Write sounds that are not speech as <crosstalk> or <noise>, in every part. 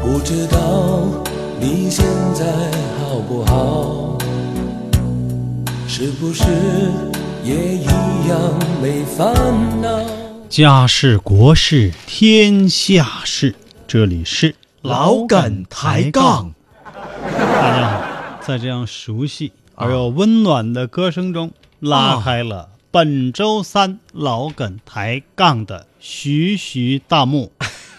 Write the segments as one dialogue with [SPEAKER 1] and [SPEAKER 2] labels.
[SPEAKER 1] 不知道你现在好不好？是不是也一样没烦恼？
[SPEAKER 2] 家事国事天下事，这里是老梗抬杠。大家好，在这样熟悉而又温暖的歌声中，拉开了本周三老梗抬杠的徐徐大 <laughs> 幕，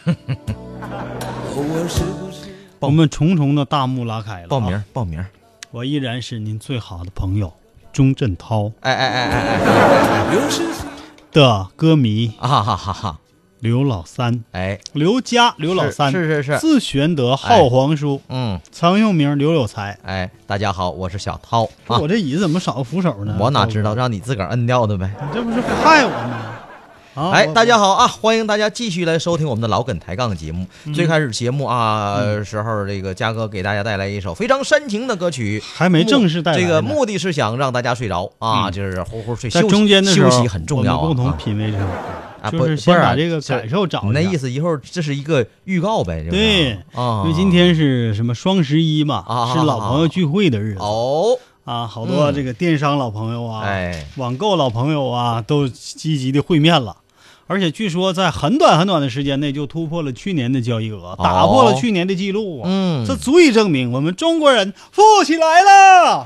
[SPEAKER 1] 偶尔是不是
[SPEAKER 2] 我们重重的大幕拉开了。啊
[SPEAKER 3] 报名，报名。
[SPEAKER 2] 我依然是您最好的朋友钟镇涛
[SPEAKER 3] 哎哎哎哎哎，
[SPEAKER 1] 有时
[SPEAKER 2] 的歌迷
[SPEAKER 3] 啊哈哈哈哈！
[SPEAKER 2] 刘老三、
[SPEAKER 3] 哎，
[SPEAKER 2] 刘佳、刘老三
[SPEAKER 3] 是是是哎
[SPEAKER 2] 字玄德，号皇叔，
[SPEAKER 3] 嗯，
[SPEAKER 2] 常用名刘有才。
[SPEAKER 3] 哎，大家好，我是小涛啊。
[SPEAKER 2] 我这啊椅子怎么少个扶手呢？
[SPEAKER 3] 我哪知道，让你自个儿摁掉的呗。
[SPEAKER 2] 你这不是害我吗？啊！
[SPEAKER 3] 哎，
[SPEAKER 2] 我
[SPEAKER 3] 大家好啊！欢迎大家继续来收听我们的老梗抬杠的节目。
[SPEAKER 2] 嗯
[SPEAKER 3] 最开始节目啊、时候，这个嘉哥给大家带来一首非常煽情的歌曲，
[SPEAKER 2] 还没正式带来呢嗯
[SPEAKER 3] 这个目的是想让大家睡着啊，就是呼呼睡。
[SPEAKER 2] 在
[SPEAKER 3] 休息
[SPEAKER 2] 中间的时
[SPEAKER 3] 休
[SPEAKER 2] 候，
[SPEAKER 3] 息很重要啊、
[SPEAKER 2] 我们共同
[SPEAKER 3] 啊
[SPEAKER 2] 品味这首歌，
[SPEAKER 3] 啊不
[SPEAKER 2] 就是
[SPEAKER 3] 不
[SPEAKER 2] 先
[SPEAKER 3] 是
[SPEAKER 2] 把
[SPEAKER 3] 啊
[SPEAKER 2] 这个
[SPEAKER 3] 这
[SPEAKER 2] 感受找
[SPEAKER 3] 你
[SPEAKER 2] 一
[SPEAKER 3] 那
[SPEAKER 2] 下
[SPEAKER 3] 意。思一会儿这是一个预告呗，就是
[SPEAKER 2] 对，
[SPEAKER 3] 啊，
[SPEAKER 2] 因为今天是什么双十一嘛，
[SPEAKER 3] 啊
[SPEAKER 2] 是老朋友聚会的日子
[SPEAKER 3] 哦，
[SPEAKER 2] 啊，好多这个电商老朋友啊，
[SPEAKER 3] 哎
[SPEAKER 2] 网购老朋友啊，都积极的会面了。而且据说在很短很短的时间内就突破了去年的交易额，打破了去年的记录啊！
[SPEAKER 3] 哦嗯
[SPEAKER 2] 这足以证明我们中国人富起来了。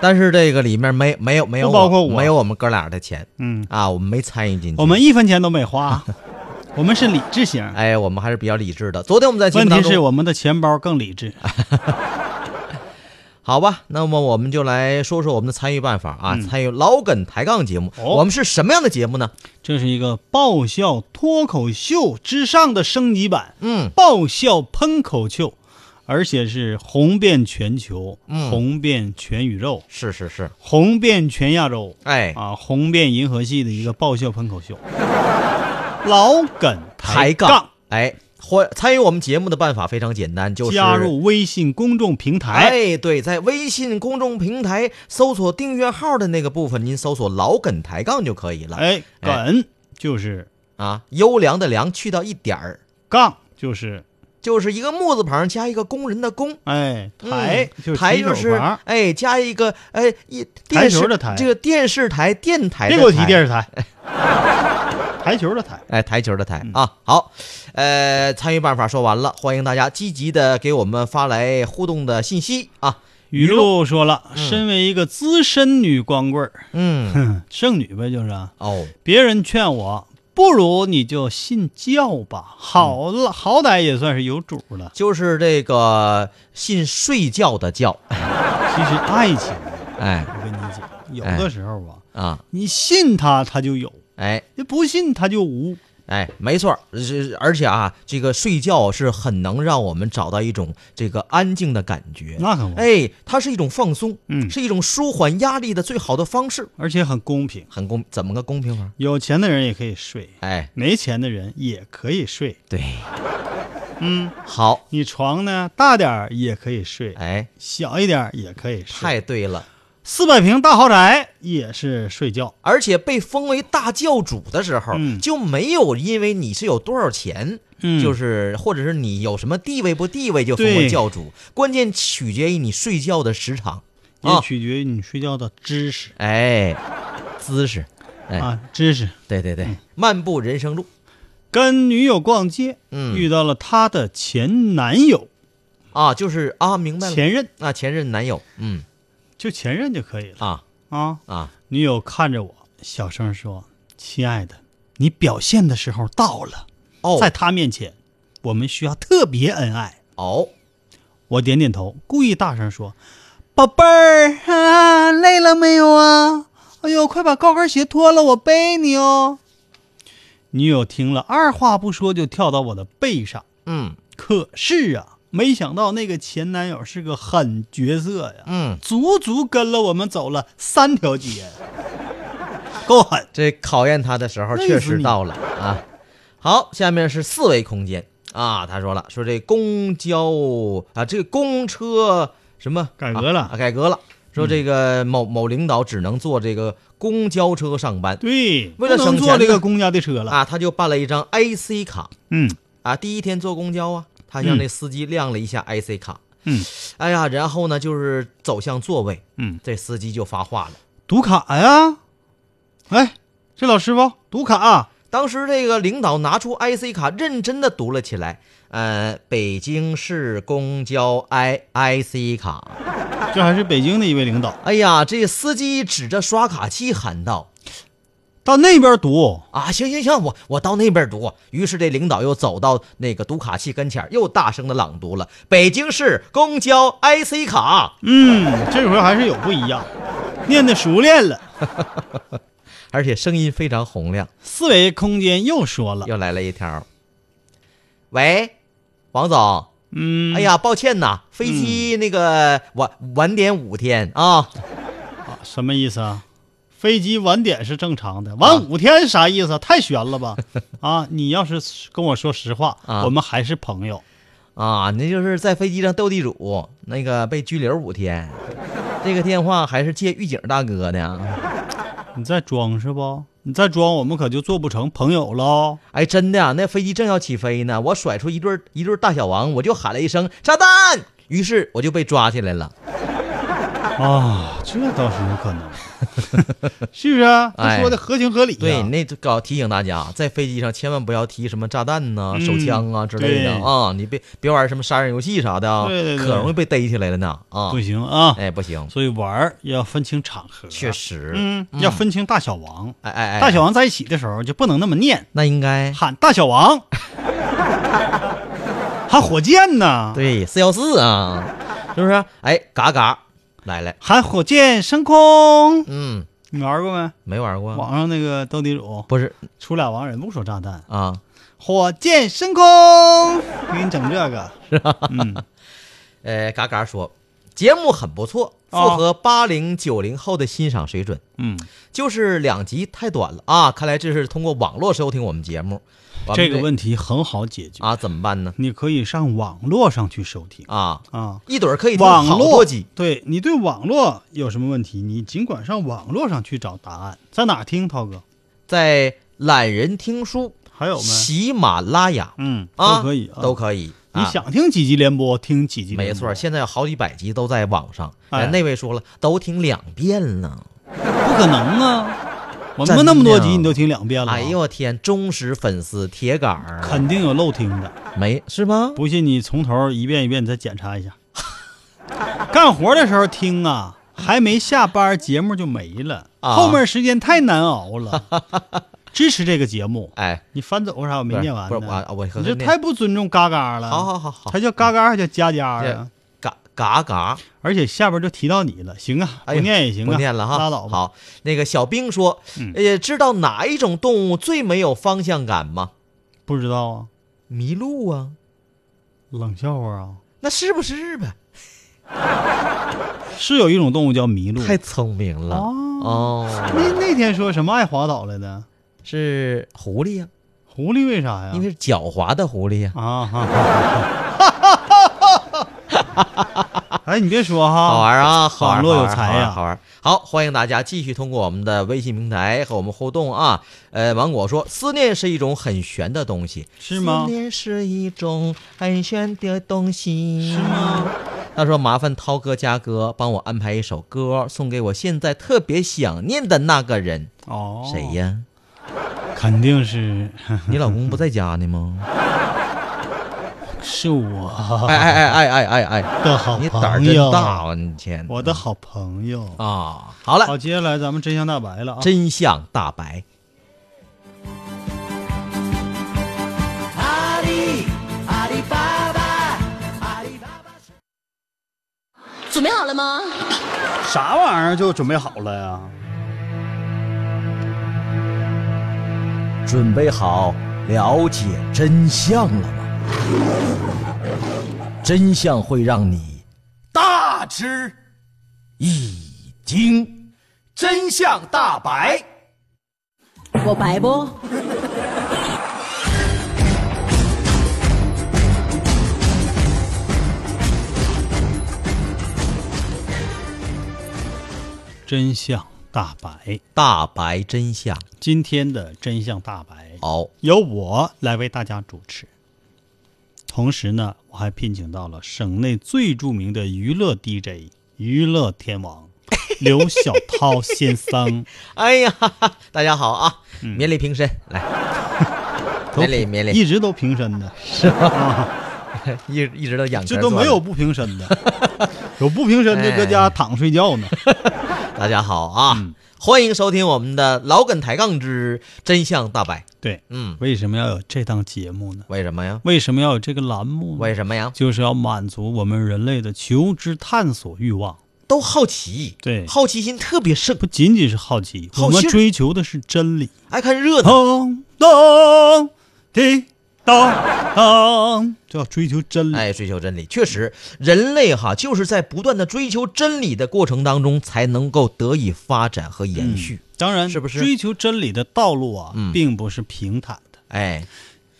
[SPEAKER 3] 但是这个里面没没有没有
[SPEAKER 2] 不包括我
[SPEAKER 3] 没有我们哥俩的钱
[SPEAKER 2] 嗯，
[SPEAKER 3] 啊，我们没参与进去。
[SPEAKER 2] 我们一分钱都没花， <laughs> 我们是理智型。
[SPEAKER 3] 哎，我们还是比较理智的。昨天我们在节
[SPEAKER 2] 问
[SPEAKER 3] 目当
[SPEAKER 2] 题
[SPEAKER 3] 中，
[SPEAKER 2] 是我们的钱包更理智。
[SPEAKER 3] 哎好吧，那么我们就来说说我们的参与办法啊，参与老梗抬杠节目。
[SPEAKER 2] 嗯哦
[SPEAKER 3] 我们是什么样的节目呢？
[SPEAKER 2] 这是一个爆笑脱口秀之上的升级版，
[SPEAKER 3] 嗯，
[SPEAKER 2] 爆笑喷口秀，而且是红遍全球，
[SPEAKER 3] 嗯
[SPEAKER 2] 红遍全宇宙，
[SPEAKER 3] 是是是，
[SPEAKER 2] 红遍全亚洲，
[SPEAKER 3] 哎，
[SPEAKER 2] 啊，红遍银河系的一个爆笑喷口
[SPEAKER 3] <laughs>
[SPEAKER 2] 秀，老梗
[SPEAKER 3] 抬
[SPEAKER 2] 杠
[SPEAKER 3] 杠，，哎，欢参与我们节目的办法非常简单，就是
[SPEAKER 2] 加入微信公众平台，
[SPEAKER 3] 哎，对，在微信公众平台搜索订阅号的那个部分，您搜索“老梗抬杠”就可以了。
[SPEAKER 2] 哎，
[SPEAKER 3] 哎
[SPEAKER 2] 梗就是
[SPEAKER 3] 啊，优良的良去掉一点儿，
[SPEAKER 2] 杠就是
[SPEAKER 3] 就是一个木字旁加一个工人的工。
[SPEAKER 2] 哎台
[SPEAKER 3] 嗯
[SPEAKER 2] 就
[SPEAKER 3] 台就
[SPEAKER 2] 提手
[SPEAKER 3] 是
[SPEAKER 2] 旁
[SPEAKER 3] 哎，加一个哎一
[SPEAKER 2] 台
[SPEAKER 3] 电
[SPEAKER 2] 球
[SPEAKER 3] 视
[SPEAKER 2] 的台
[SPEAKER 3] 这个电视台电台的
[SPEAKER 2] 别给我提
[SPEAKER 3] 台
[SPEAKER 2] 电视台，
[SPEAKER 3] <laughs>
[SPEAKER 2] 台球的台。
[SPEAKER 3] 哎，台球的
[SPEAKER 2] 嗯
[SPEAKER 3] 台啊，好，呃，参与办法说完了，欢迎大家积极的给我们发来互动的信息啊，
[SPEAKER 2] 雨露说了，身为一个资深女光棍儿，
[SPEAKER 3] 嗯，
[SPEAKER 2] 哼剩女呗，就是啊
[SPEAKER 3] 哦，
[SPEAKER 2] 别人劝我，不如你就信教吧，好
[SPEAKER 3] 嗯
[SPEAKER 2] 了，好歹也算是有主了。
[SPEAKER 3] 就是这个信睡觉的觉，
[SPEAKER 2] 其实爱情，
[SPEAKER 3] 哎
[SPEAKER 2] 我跟你讲，有的时候吧，
[SPEAKER 3] 啊，
[SPEAKER 2] 你信它，它就有；
[SPEAKER 3] 哎
[SPEAKER 2] 你不信，它就无。
[SPEAKER 3] 哎，没错儿，是而且啊，这个睡觉是很能让我们找到一种这个安静的感觉，
[SPEAKER 2] 那可不，
[SPEAKER 3] 哎，它是一种放松，
[SPEAKER 2] 嗯
[SPEAKER 3] 是一种舒缓压力的最好的方式，
[SPEAKER 2] 而且很公平，
[SPEAKER 3] 很公，怎么个公平法？
[SPEAKER 2] 有钱的人也可以睡，
[SPEAKER 3] 哎，
[SPEAKER 2] 没钱的人也可以睡。
[SPEAKER 3] 对，
[SPEAKER 2] 嗯，
[SPEAKER 3] 好，
[SPEAKER 2] 你床呢大点儿也可以睡，
[SPEAKER 3] 哎，
[SPEAKER 2] 小一点儿也可以睡。
[SPEAKER 3] 太对了。
[SPEAKER 2] 四百平大豪宅也是睡觉，
[SPEAKER 3] 而且被封为大教主的时候，
[SPEAKER 2] 嗯
[SPEAKER 3] 就没有因为你是有多少钱，
[SPEAKER 2] 嗯
[SPEAKER 3] 就是或者是你有什么地位不地位就封为
[SPEAKER 2] 对
[SPEAKER 3] 教主，关键取决于你睡觉的时长
[SPEAKER 2] 也
[SPEAKER 3] 啊，
[SPEAKER 2] 取决于你睡觉的姿势
[SPEAKER 3] 哎，姿势，哎，
[SPEAKER 2] 啊，嗯知识。
[SPEAKER 3] 对对对，漫步人生路，
[SPEAKER 2] 跟女友逛街，
[SPEAKER 3] 嗯
[SPEAKER 2] 遇到了她的前男友，
[SPEAKER 3] 啊，就是啊，明白了，
[SPEAKER 2] 前任
[SPEAKER 3] 啊，前任男友，嗯
[SPEAKER 2] 就前任就可以了
[SPEAKER 3] 啊
[SPEAKER 2] 啊。
[SPEAKER 3] 啊，
[SPEAKER 2] 女友看着我，小声说：“亲爱的，你表现的时候到了，
[SPEAKER 3] 哦
[SPEAKER 2] 在他面前，我们需要特别恩爱。
[SPEAKER 3] 哦，”
[SPEAKER 2] 我点点头，故意大声说：“宝贝儿啊，累了没有啊？哎呦，快把高跟鞋脱了，我背你哦。”女友听了，二话不说就跳到我的背上。
[SPEAKER 3] 嗯
[SPEAKER 2] 可是啊，没想到那个前男友是个狠角色呀，
[SPEAKER 3] 嗯，
[SPEAKER 2] 足足跟了我们走了三条 <laughs> 街，够狠。
[SPEAKER 3] 这考验他的时候
[SPEAKER 2] 累
[SPEAKER 3] 确
[SPEAKER 2] 死
[SPEAKER 3] 实
[SPEAKER 2] 你
[SPEAKER 3] 到了啊。好，下面是四维空间啊，他说了，说这公交啊，这个公车什么
[SPEAKER 2] 改革了嗯
[SPEAKER 3] 啊啊改革了，说这个某某领导只能坐这个公交车上班
[SPEAKER 2] 对，
[SPEAKER 3] 为
[SPEAKER 2] 不
[SPEAKER 3] 了
[SPEAKER 2] 能
[SPEAKER 3] 省钱
[SPEAKER 2] 坐这个
[SPEAKER 3] 呢
[SPEAKER 2] 公家的车了。
[SPEAKER 3] 啊，他就办了一张 IC 卡
[SPEAKER 2] 嗯
[SPEAKER 3] 啊，第一天坐公交啊，他向
[SPEAKER 2] 嗯
[SPEAKER 3] 那司机亮了一下 IC 卡，
[SPEAKER 2] 嗯
[SPEAKER 3] 哎呀，然后呢就是走向座位，
[SPEAKER 2] 嗯，
[SPEAKER 3] 这司机就发话了。
[SPEAKER 2] 读卡呀、哎，这老师傅读卡、啊，
[SPEAKER 3] 当时这个领导拿出 IC 卡，认真的读了起来。呃，北京市公交 I IC 卡。
[SPEAKER 2] 这还是北京的一位领导，
[SPEAKER 3] 哎呀，这司机指着刷卡机喊道
[SPEAKER 2] 到那边读：“。
[SPEAKER 3] 啊，行行行，我我到那边读。”于是这领导又走到那个读卡器跟前儿，又大声的朗读了北京市公交 IC 卡，
[SPEAKER 2] 嗯，这回还是有不一样，念的熟练了。
[SPEAKER 3] 而且声音非常洪亮。
[SPEAKER 2] 四维空间又说了，
[SPEAKER 3] 又来了一条，喂，王总，
[SPEAKER 2] 嗯，
[SPEAKER 3] 哎，呀，抱歉呐，飞机那个晚晚点五天啊。
[SPEAKER 2] 什么意思啊？飞机晚点是正常的，晚五天啥意思啊？太悬了
[SPEAKER 3] <laughs>
[SPEAKER 2] 吧！啊，你要是跟我说实话，
[SPEAKER 3] 啊
[SPEAKER 2] 我们还是朋友。
[SPEAKER 3] 啊，那就是在飞机上斗地主，那个被拘留五天。这个电话还是借狱警大哥的。
[SPEAKER 2] 你再装是不？你再装，我们可就做不成朋友喽。
[SPEAKER 3] 哎，真的、啊，那飞机正要起飞呢，我甩出一对一对大小王，我就喊了一声“炸弹”，于是我就被抓起来了。
[SPEAKER 2] 啊，这倒是有可能， <laughs> 是不是啊？
[SPEAKER 3] 哎
[SPEAKER 2] 这说的合情合理、呀
[SPEAKER 3] 对，那就搞提醒大家，在飞机上千万不要提什么炸弹呐、
[SPEAKER 2] 嗯
[SPEAKER 3] 手枪啊之类的
[SPEAKER 2] 对
[SPEAKER 3] 啊，你别别玩什么杀人游戏啥的啊，
[SPEAKER 2] 对对对
[SPEAKER 3] 可容易被逮起来了呢啊
[SPEAKER 2] 不。行啊。
[SPEAKER 3] 哎，不行，
[SPEAKER 2] 所以玩儿要分清场合，
[SPEAKER 3] 确，实，
[SPEAKER 2] 嗯，要分清大小王。
[SPEAKER 3] 哎哎哎，
[SPEAKER 2] 大小王在一起的时候就不能那么念，
[SPEAKER 3] 那应该
[SPEAKER 2] 喊大小
[SPEAKER 3] <laughs>
[SPEAKER 2] 王，喊火箭呢，
[SPEAKER 3] 对，四幺四啊，是不是？哎，嘎嘎，来了，
[SPEAKER 2] 喊火箭升空。
[SPEAKER 3] 嗯，
[SPEAKER 2] 你玩过没？
[SPEAKER 3] 没玩过，
[SPEAKER 2] 网上那个斗地主，
[SPEAKER 3] 不是
[SPEAKER 2] 出俩王人不说炸弹，
[SPEAKER 3] 啊，
[SPEAKER 2] 火箭升空，给你整这个是
[SPEAKER 3] 啊
[SPEAKER 2] 吧？嗯，
[SPEAKER 3] 呃，嘎嘎说，节目很不错，符
[SPEAKER 2] 哦
[SPEAKER 3] 合八零九零后的欣赏水准，
[SPEAKER 2] 嗯，
[SPEAKER 3] 就是两集太短了啊。看来这是通过网络收听我们节目，我们
[SPEAKER 2] 这个问题很好解决，
[SPEAKER 3] 啊怎么办呢？
[SPEAKER 2] 你可以上网络上去收听
[SPEAKER 3] 啊，
[SPEAKER 2] 啊。
[SPEAKER 3] 一盹儿可以听
[SPEAKER 2] 网
[SPEAKER 3] 好
[SPEAKER 2] 络
[SPEAKER 3] 多集，
[SPEAKER 2] 对你对网络有什么问题，你尽管上网络上去找答案，在哪儿听？涛哥，
[SPEAKER 3] 在懒人听书、
[SPEAKER 2] 还有没？
[SPEAKER 3] 喜马拉雅
[SPEAKER 2] 嗯，
[SPEAKER 3] 啊
[SPEAKER 2] 都可以，啊
[SPEAKER 3] 都可以，
[SPEAKER 2] 你
[SPEAKER 3] 啊
[SPEAKER 2] 想听几集联播，听几集
[SPEAKER 3] 没
[SPEAKER 2] 联播
[SPEAKER 3] 错，现在有好几百集都在网上。
[SPEAKER 2] 哎
[SPEAKER 3] 那位说了，都听两遍了。
[SPEAKER 2] 不可能啊！我
[SPEAKER 3] 真
[SPEAKER 2] 们
[SPEAKER 3] 的
[SPEAKER 2] 那么多集，你都听两遍了，
[SPEAKER 3] 哎呦，我天，忠实粉丝铁杆儿，
[SPEAKER 2] 肯定有漏听的。
[SPEAKER 3] 没是吗？
[SPEAKER 2] 不信你从头一遍一遍你再检查一下。 <laughs> 干活的时候听啊，还没下班节目就没了，
[SPEAKER 3] 啊
[SPEAKER 2] 后面时间太难熬
[SPEAKER 3] <laughs>
[SPEAKER 2] 了。支持这个节目，
[SPEAKER 3] 哎，
[SPEAKER 2] 你翻走啥？我没念完
[SPEAKER 3] 不是我
[SPEAKER 2] 呢。
[SPEAKER 3] 啊我
[SPEAKER 2] 你这
[SPEAKER 3] 念
[SPEAKER 2] 太不尊重嘎嘎了。
[SPEAKER 3] 好好好好
[SPEAKER 2] 他叫嘎嘎还叫佳佳啊
[SPEAKER 3] 这？嘎嘎嘎，
[SPEAKER 2] 而且下边就提到你了，行啊，不
[SPEAKER 3] 哎呦
[SPEAKER 2] 念也行啊，
[SPEAKER 3] 不念了哈，
[SPEAKER 2] 拉倒吧。嗯
[SPEAKER 3] 好，那个小兵说，呃，知道哪一种动物最没有方向感吗？
[SPEAKER 2] 不知道啊，
[SPEAKER 3] 麋鹿啊，
[SPEAKER 2] 冷笑话啊，
[SPEAKER 3] 那是不是呗？
[SPEAKER 2] 是有一种动物叫麋鹿。啊
[SPEAKER 3] 太聪明了哦，
[SPEAKER 2] 那那天说什么爱滑倒来的？
[SPEAKER 3] 是狐狸呀，
[SPEAKER 2] 狐狸为啥呀？
[SPEAKER 3] 因为是狡猾的狐狸呀。
[SPEAKER 2] 啊哈哈！哎，你别说哈，
[SPEAKER 3] 好玩儿啊，好玩
[SPEAKER 2] 网
[SPEAKER 3] 儿，
[SPEAKER 2] 络
[SPEAKER 3] 好
[SPEAKER 2] 有
[SPEAKER 3] 玩儿
[SPEAKER 2] 才
[SPEAKER 3] 好玩儿
[SPEAKER 2] 呀
[SPEAKER 3] 好玩儿。好，欢迎大家继续通过我们的微信平台和我们互动啊。呃，芒果说，思念是一种很玄的东西，
[SPEAKER 2] 是吗
[SPEAKER 3] 思念是一种很玄的东西，
[SPEAKER 2] 是？吗？
[SPEAKER 3] 他说，麻烦涛哥、佳哥帮我安排一首歌，送给我现在特别想念的那个人，
[SPEAKER 2] 哦，
[SPEAKER 3] 谁？呀？
[SPEAKER 2] 肯定是
[SPEAKER 3] <laughs>
[SPEAKER 2] <laughs>
[SPEAKER 3] 你老公不在家呢吗？
[SPEAKER 2] 是我
[SPEAKER 3] 哎哎哎哎哎哎哎，
[SPEAKER 2] 的好
[SPEAKER 3] 你胆儿
[SPEAKER 2] 哦朋
[SPEAKER 3] 真
[SPEAKER 2] 友，
[SPEAKER 3] 大啊！你天，
[SPEAKER 2] 我的好朋友。
[SPEAKER 3] 啊，好了，
[SPEAKER 2] 好，接下来咱们真相大白了啊！
[SPEAKER 3] 真相大白。
[SPEAKER 4] 准备好了吗？
[SPEAKER 2] 啥玩意儿就准备好了呀？
[SPEAKER 3] 准备好了解真相了吗？真相会让你大吃一惊，真相大白。
[SPEAKER 4] 我白不？
[SPEAKER 2] 真相大白，
[SPEAKER 3] 大白真相，哦
[SPEAKER 2] 今天的真相大白
[SPEAKER 3] 好、
[SPEAKER 2] 由我来为大家主持。同时呢，我还聘请到了省内最著名的娱乐 DJ、娱乐天
[SPEAKER 3] <laughs>
[SPEAKER 2] 王刘小涛先生。
[SPEAKER 3] 哎呀， <laughs> 哈哈大家好啊！
[SPEAKER 2] 嗯
[SPEAKER 3] 绵里平身，
[SPEAKER 2] <laughs>
[SPEAKER 3] 来，绵里绵里，
[SPEAKER 2] 一直都平身的，
[SPEAKER 3] 一一直都仰
[SPEAKER 2] 这
[SPEAKER 3] 天
[SPEAKER 2] 都
[SPEAKER 3] 坐
[SPEAKER 2] 没有
[SPEAKER 3] 着。
[SPEAKER 2] 不平身的，
[SPEAKER 3] <laughs>
[SPEAKER 2] 有不平身的搁家躺睡觉呢。
[SPEAKER 3] 哎大家好啊，
[SPEAKER 2] 嗯
[SPEAKER 3] 欢迎收听我们的老梗抬杠之真相大白。
[SPEAKER 2] 对，
[SPEAKER 3] 嗯，
[SPEAKER 2] 为什么要有这档节目呢？
[SPEAKER 3] 为什么呀？
[SPEAKER 2] 为什么要有这个栏目呢？
[SPEAKER 3] 为什么呀？
[SPEAKER 2] 就是要满足我们人类的求知探索欲望。
[SPEAKER 3] 都好奇，
[SPEAKER 2] 对
[SPEAKER 3] 好奇心特别盛，
[SPEAKER 2] 不仅仅是好奇，
[SPEAKER 3] 好
[SPEAKER 2] 我们
[SPEAKER 3] 奇
[SPEAKER 2] 追求的是真理。
[SPEAKER 3] 爱看热闹。
[SPEAKER 2] 咚咚叮当当，就要追求真理。
[SPEAKER 3] 哎，追求真理，确实，人类哈就是在不断的追求真理的过程当中，才能够得以发展和延续。
[SPEAKER 2] 当然，
[SPEAKER 3] 是不是
[SPEAKER 2] 追求真理的道路啊，
[SPEAKER 3] 嗯
[SPEAKER 2] 并不是平坦的。
[SPEAKER 3] 哎，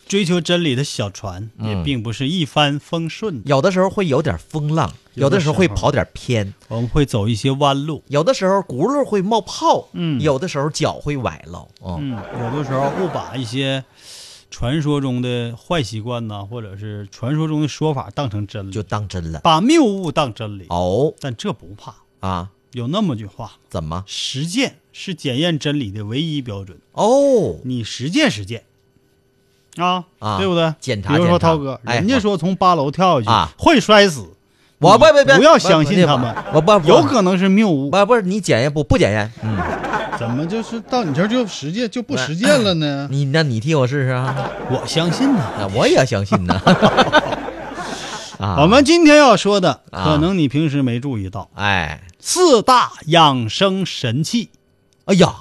[SPEAKER 2] 追求真理的小船也
[SPEAKER 3] 嗯
[SPEAKER 2] 并不是一帆风顺的，
[SPEAKER 3] 有的时候会有点风浪，有的时候会跑点偏，
[SPEAKER 2] 我们会走一些弯路。
[SPEAKER 3] 有的时候轱辘会冒泡，
[SPEAKER 2] 嗯
[SPEAKER 3] 有的时候脚会崴了，嗯，
[SPEAKER 2] 嗯，有的时候会把一些传说中的坏习惯呐、或者是传说中的说法当成真理，
[SPEAKER 3] 就当真了。
[SPEAKER 2] 把谬误当真理。
[SPEAKER 3] 哦
[SPEAKER 2] 但这不怕，
[SPEAKER 3] 啊，
[SPEAKER 2] 有那么句话：
[SPEAKER 3] 怎么？
[SPEAKER 2] 实践是检验真理的唯一标准。
[SPEAKER 3] 哦，
[SPEAKER 2] 你实践实践，啊
[SPEAKER 3] 啊
[SPEAKER 2] 对不对？
[SPEAKER 3] 检查
[SPEAKER 2] 比如说
[SPEAKER 3] 检查
[SPEAKER 2] 涛哥，
[SPEAKER 3] 哎
[SPEAKER 2] 人家说从八楼跳下去、
[SPEAKER 3] 啊
[SPEAKER 2] 会摔死，
[SPEAKER 3] 我
[SPEAKER 2] 你
[SPEAKER 3] 不不
[SPEAKER 2] 不要相信他们，
[SPEAKER 3] 我不
[SPEAKER 2] 有可能是谬误。
[SPEAKER 3] 不不是你检验不不检验？嗯，
[SPEAKER 5] 怎么就是到你这儿就实践就不实践了
[SPEAKER 2] 嗯
[SPEAKER 5] 呢？
[SPEAKER 3] 你那你替我试试啊，
[SPEAKER 2] 我相信呢。
[SPEAKER 3] 那我也相
[SPEAKER 2] <laughs>
[SPEAKER 3] 信呢。啊，
[SPEAKER 2] 我们今天要说的，
[SPEAKER 3] 啊
[SPEAKER 2] 可能你平时没注意到，
[SPEAKER 3] 哎，
[SPEAKER 2] 四大养生神器，
[SPEAKER 3] 哎呀，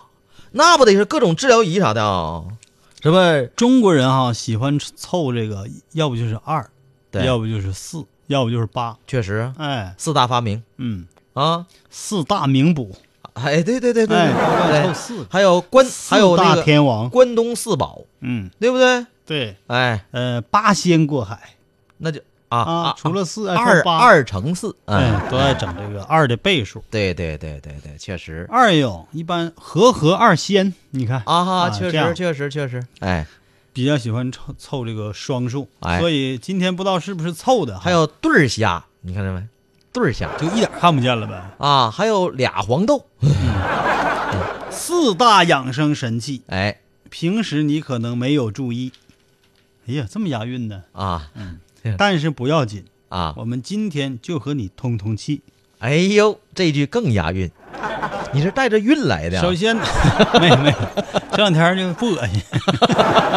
[SPEAKER 3] 那不得是各种治疗仪啥的啊？什么？
[SPEAKER 2] 中国人哈、喜欢凑这个，要不就是二，
[SPEAKER 3] 对
[SPEAKER 2] 要不就是四，要不就是八。
[SPEAKER 3] 确实，
[SPEAKER 2] 哎，
[SPEAKER 3] 四大发明
[SPEAKER 2] 嗯，
[SPEAKER 3] 啊，
[SPEAKER 2] 四大名捕，
[SPEAKER 3] 哎，对对对对
[SPEAKER 2] 哎，
[SPEAKER 3] 对，
[SPEAKER 2] 凑
[SPEAKER 3] 对
[SPEAKER 2] 四个，
[SPEAKER 3] 还有关，还有
[SPEAKER 2] 四
[SPEAKER 3] 那
[SPEAKER 2] 大
[SPEAKER 3] 个
[SPEAKER 2] 天王，
[SPEAKER 3] 关东四宝，
[SPEAKER 2] 嗯，
[SPEAKER 3] 对不对？
[SPEAKER 2] 对，
[SPEAKER 3] 哎，
[SPEAKER 2] 呃，八仙过海
[SPEAKER 3] 那就啊
[SPEAKER 2] 啊，除了四爱
[SPEAKER 3] 二
[SPEAKER 2] 凑八，
[SPEAKER 3] 二乘四，嗯，
[SPEAKER 2] 哎，都爱整这个二的倍数。
[SPEAKER 3] 对对对对对，确实
[SPEAKER 2] 二也有，一般和合二仙，你看
[SPEAKER 3] 啊哈，确
[SPEAKER 2] 这样
[SPEAKER 3] 实确实确实，哎，
[SPEAKER 2] 比较喜欢凑凑这个双数，
[SPEAKER 3] 哎
[SPEAKER 2] 所以今天不知道是不是凑的哈，
[SPEAKER 3] 还有对儿虾，你看着没？对儿虾
[SPEAKER 2] 就一点看不见了呗。
[SPEAKER 3] 啊，还有俩黄豆，
[SPEAKER 2] 四大养生神器，
[SPEAKER 3] 哎
[SPEAKER 2] 平时你可能没有注意。哎呀，这么押韵呢，
[SPEAKER 3] 啊
[SPEAKER 2] 但是不要紧，
[SPEAKER 3] 啊，
[SPEAKER 2] 我们今天就和你通通气。
[SPEAKER 3] 哎呦，这句更
[SPEAKER 2] <laughs>
[SPEAKER 3] 押韵，你是带着韵来的啊
[SPEAKER 2] 首先， <laughs> 没有没有，这两天就不恶心。 <laughs>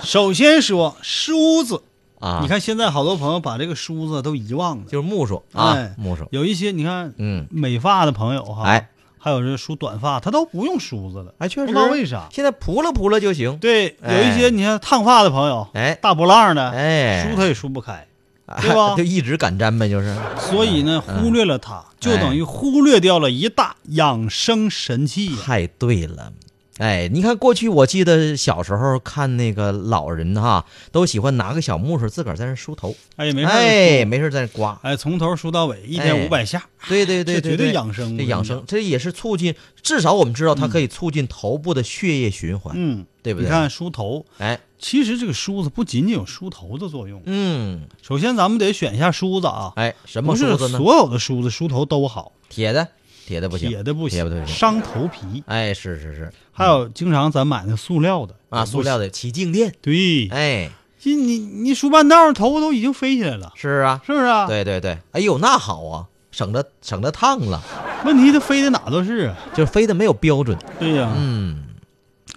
[SPEAKER 2] 首先说梳子，
[SPEAKER 3] 啊？
[SPEAKER 2] 你看现在好多朋友把这个梳子都遗忘了，
[SPEAKER 3] 就是木梳啊
[SPEAKER 2] 哎，
[SPEAKER 3] 木梳，
[SPEAKER 2] 有一些你看，
[SPEAKER 3] 嗯
[SPEAKER 2] 美发的朋友哈，
[SPEAKER 3] 哎，
[SPEAKER 2] 还有这梳短发，他都不用梳子了，
[SPEAKER 3] 哎，确
[SPEAKER 2] 不知
[SPEAKER 3] 实，
[SPEAKER 2] 道为啥。
[SPEAKER 3] 现在扑了扑了就行，
[SPEAKER 2] 对，有
[SPEAKER 3] 哎
[SPEAKER 2] 一些你看烫发的朋友，
[SPEAKER 3] 哎
[SPEAKER 2] 大波浪的，
[SPEAKER 3] 哎
[SPEAKER 2] 梳他也梳不开，
[SPEAKER 3] 啊
[SPEAKER 2] 对吧
[SPEAKER 3] <laughs>
[SPEAKER 2] 哎
[SPEAKER 3] 就一直敢粘呗，就是
[SPEAKER 2] 所以呢，忽略了它，
[SPEAKER 3] 哎
[SPEAKER 2] 就等于忽略掉了一大养生神器呀。
[SPEAKER 3] 太对了。哎，你看过去，我记得小时候看那个老人哈，都喜欢拿个小木梳自个儿在那梳头，
[SPEAKER 2] 哎呀，没事儿，
[SPEAKER 3] 哎，没事儿在那刮，
[SPEAKER 2] 哎，从头梳到尾，一
[SPEAKER 3] 哎
[SPEAKER 2] 天五百下，
[SPEAKER 3] 对对对
[SPEAKER 2] 这
[SPEAKER 3] 对，
[SPEAKER 2] 绝对养生
[SPEAKER 3] 这
[SPEAKER 2] 我
[SPEAKER 3] 养
[SPEAKER 2] 跟你
[SPEAKER 3] 生
[SPEAKER 2] 讲
[SPEAKER 3] 这也是促进，至少我们知道它可以促进头部的血液循环，
[SPEAKER 2] 嗯，
[SPEAKER 3] 对不对？
[SPEAKER 2] 你看，梳头，
[SPEAKER 3] 哎，
[SPEAKER 2] 其实这个梳子不仅仅有梳头的作用，
[SPEAKER 3] 嗯，
[SPEAKER 2] 首先咱们得选一下梳子啊，
[SPEAKER 3] 哎，什么
[SPEAKER 2] 不
[SPEAKER 3] 梳
[SPEAKER 2] 是
[SPEAKER 3] 子呢？
[SPEAKER 2] 所有的梳子梳头都好，
[SPEAKER 3] 铁的，铁的不行，
[SPEAKER 2] 铁的不
[SPEAKER 3] 铁的不
[SPEAKER 2] 行，
[SPEAKER 3] 行。
[SPEAKER 2] 伤头皮。
[SPEAKER 3] 哎，是是是
[SPEAKER 2] 还有经常咱买的塑料的
[SPEAKER 3] 啊，塑料
[SPEAKER 2] 的
[SPEAKER 3] 的起静电，
[SPEAKER 2] 对，
[SPEAKER 3] 哎，
[SPEAKER 2] 你你你数半道，头发都已经飞起来了，
[SPEAKER 3] 是啊，
[SPEAKER 2] 是不是啊？，
[SPEAKER 3] 对对对，哎呦，那好啊，省得省得烫了，
[SPEAKER 2] 问题它飞的哪都是啊。
[SPEAKER 3] 就是飞的没有标准。
[SPEAKER 2] 对呀、
[SPEAKER 3] 嗯，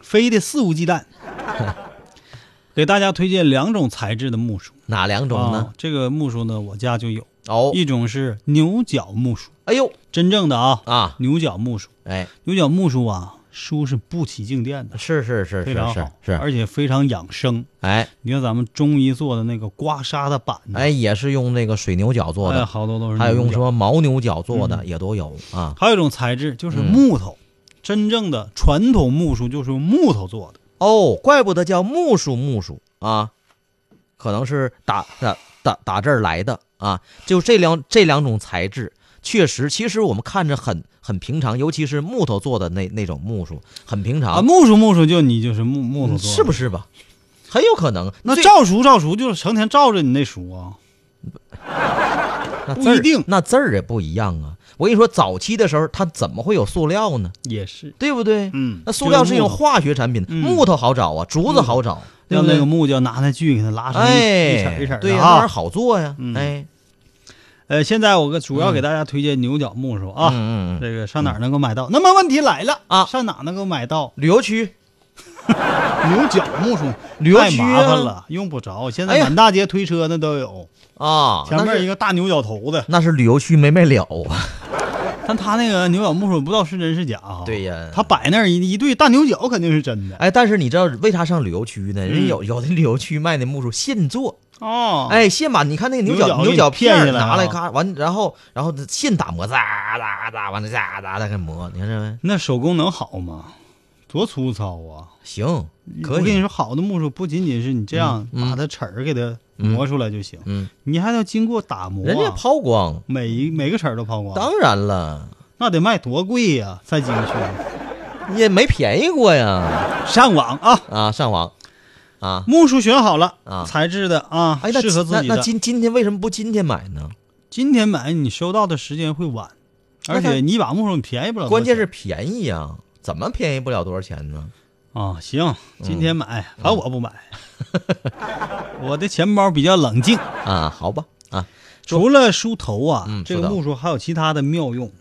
[SPEAKER 2] 飞的肆无忌
[SPEAKER 3] <laughs>
[SPEAKER 2] 惮。给大家推荐两种材质的木梳
[SPEAKER 3] 哪两种
[SPEAKER 2] 啊
[SPEAKER 3] 呢？，
[SPEAKER 2] 这个木梳呢，我家就有，
[SPEAKER 3] 哦，
[SPEAKER 2] 啊一种是牛角木梳，
[SPEAKER 3] 哎呦
[SPEAKER 2] 真正的啊，
[SPEAKER 3] 啊，
[SPEAKER 2] 牛角木梳，
[SPEAKER 3] 哎，
[SPEAKER 2] 牛角木梳啊，梳是不起静电的，
[SPEAKER 3] 是是是
[SPEAKER 2] 非
[SPEAKER 3] 是
[SPEAKER 2] 常
[SPEAKER 3] 是
[SPEAKER 2] 好，
[SPEAKER 3] 是，
[SPEAKER 2] 而且非常养生。
[SPEAKER 3] 哎
[SPEAKER 2] 你看咱们中医做的那个刮痧的板子，
[SPEAKER 3] 哎，也是用那个水牛角做
[SPEAKER 2] 哎呀
[SPEAKER 3] 的，
[SPEAKER 2] 好多都是嗯
[SPEAKER 3] 还有用
[SPEAKER 2] 牛
[SPEAKER 3] 什
[SPEAKER 2] 角
[SPEAKER 3] 么牦牛角做的也都有啊。
[SPEAKER 2] 还有一种材质就是
[SPEAKER 3] 嗯
[SPEAKER 2] 木头，真正的传统木梳就是用木头做的。
[SPEAKER 3] 哦，怪不得叫木梳木梳啊，可能是打打打打这儿来的啊。就这两这两种材质，确实，其实我们看着很很平常，尤其是木头做的那那种木梳，很平常，
[SPEAKER 2] 啊，木梳木梳就你就是木木头做的，
[SPEAKER 3] 嗯是不是吧？很有可能。
[SPEAKER 2] 那
[SPEAKER 3] 最
[SPEAKER 2] 照熟照熟就是成天照着你那熟啊，
[SPEAKER 3] 那
[SPEAKER 2] 不
[SPEAKER 3] 字儿
[SPEAKER 2] 一定
[SPEAKER 3] 那字儿也不一样啊。我跟你说，早期的时候它怎么会有塑料呢？
[SPEAKER 2] 也是，
[SPEAKER 3] 对不对？
[SPEAKER 2] 嗯
[SPEAKER 3] 那塑料
[SPEAKER 2] 就是是
[SPEAKER 3] 一
[SPEAKER 2] 木头
[SPEAKER 3] 种化学产品，
[SPEAKER 2] 嗯
[SPEAKER 3] 木头好找啊，竹子好找，对
[SPEAKER 2] 要
[SPEAKER 3] 不
[SPEAKER 2] 那个
[SPEAKER 3] 对？
[SPEAKER 2] 木匠拿那锯给它拉成一、一
[SPEAKER 3] 哎
[SPEAKER 2] 铲一，铲
[SPEAKER 3] 对
[SPEAKER 2] 的
[SPEAKER 3] 呀，那玩意儿
[SPEAKER 2] 啊。
[SPEAKER 3] 好做呀
[SPEAKER 2] 嗯。
[SPEAKER 3] 哎，
[SPEAKER 2] 呃，现在我给主要给大家推荐牛角木梳啊，
[SPEAKER 3] 嗯嗯嗯嗯，
[SPEAKER 2] 这个上哪儿能够买到？那么问题来了
[SPEAKER 3] 啊
[SPEAKER 2] 上哪儿能够买到
[SPEAKER 3] 旅游区
[SPEAKER 2] 牛角木梳？
[SPEAKER 3] 旅游
[SPEAKER 2] 太
[SPEAKER 3] 区
[SPEAKER 2] 麻
[SPEAKER 3] 啊
[SPEAKER 2] 烦了，用不着。现
[SPEAKER 3] 哎
[SPEAKER 2] 在
[SPEAKER 3] 呀
[SPEAKER 2] 满大街推车那都有，
[SPEAKER 3] 啊，
[SPEAKER 2] 前面一
[SPEAKER 3] 个
[SPEAKER 2] 个大牛角头的，
[SPEAKER 3] 那是旅游区没卖了啊。
[SPEAKER 2] <laughs> 但他那个牛角木梳不知道是真是假啊。
[SPEAKER 3] 对呀
[SPEAKER 2] 他摆那儿一一对大牛角肯定是真的。
[SPEAKER 3] 哎，但是你知道为啥上旅游区
[SPEAKER 2] 嗯
[SPEAKER 3] 呢？人家有有的旅游区卖的木梳现做，
[SPEAKER 2] 哦，，
[SPEAKER 3] 哎，现把你看那个牛
[SPEAKER 2] 牛
[SPEAKER 3] 角
[SPEAKER 2] 角
[SPEAKER 3] 牛
[SPEAKER 2] 给
[SPEAKER 3] 角
[SPEAKER 2] 你
[SPEAKER 3] 片
[SPEAKER 2] 片
[SPEAKER 3] 儿
[SPEAKER 2] 下来
[SPEAKER 3] 拿来
[SPEAKER 2] 啊
[SPEAKER 3] 咔完，然后然后现打磨，哒哒哒，完了哒哒哒给磨，你看这没？
[SPEAKER 2] 那手工能好吗？多粗糙啊！
[SPEAKER 3] 行，可
[SPEAKER 2] 我跟你
[SPEAKER 3] 以，
[SPEAKER 2] 说，好的木梳不仅仅是你这样
[SPEAKER 3] 嗯嗯
[SPEAKER 2] 把它齿儿给它磨出来就行，
[SPEAKER 3] 嗯，
[SPEAKER 2] 你还要经过打磨。
[SPEAKER 3] 人家抛光，
[SPEAKER 2] 每一每个齿儿都抛光，
[SPEAKER 3] 当然了，
[SPEAKER 2] 那得卖多贵呀、在京区
[SPEAKER 3] 也没便宜过呀。
[SPEAKER 2] 上网啊，
[SPEAKER 3] 啊，上网啊，
[SPEAKER 2] 木梳选好了
[SPEAKER 3] 啊
[SPEAKER 2] 材质的啊，
[SPEAKER 3] 哎，那
[SPEAKER 2] 适合自
[SPEAKER 3] 那
[SPEAKER 2] 己的。
[SPEAKER 3] 那今今天为什么不今天买呢？
[SPEAKER 2] 今天买你收到的时间会晚，
[SPEAKER 3] 那
[SPEAKER 2] 而
[SPEAKER 3] 它
[SPEAKER 2] 且你把木梳便宜不了多
[SPEAKER 3] 关
[SPEAKER 2] 少钱。
[SPEAKER 3] 键是便宜呀，怎么便宜不了多少钱呢？
[SPEAKER 2] 啊，行，今天买，
[SPEAKER 3] 嗯
[SPEAKER 2] 反正我不买，我的钱包比较冷静。
[SPEAKER 3] 啊，好吧，啊，
[SPEAKER 2] 除了梳头啊，
[SPEAKER 3] 嗯
[SPEAKER 2] 这
[SPEAKER 3] 梳
[SPEAKER 2] 个
[SPEAKER 3] 头
[SPEAKER 2] 木梳还有其他的妙用。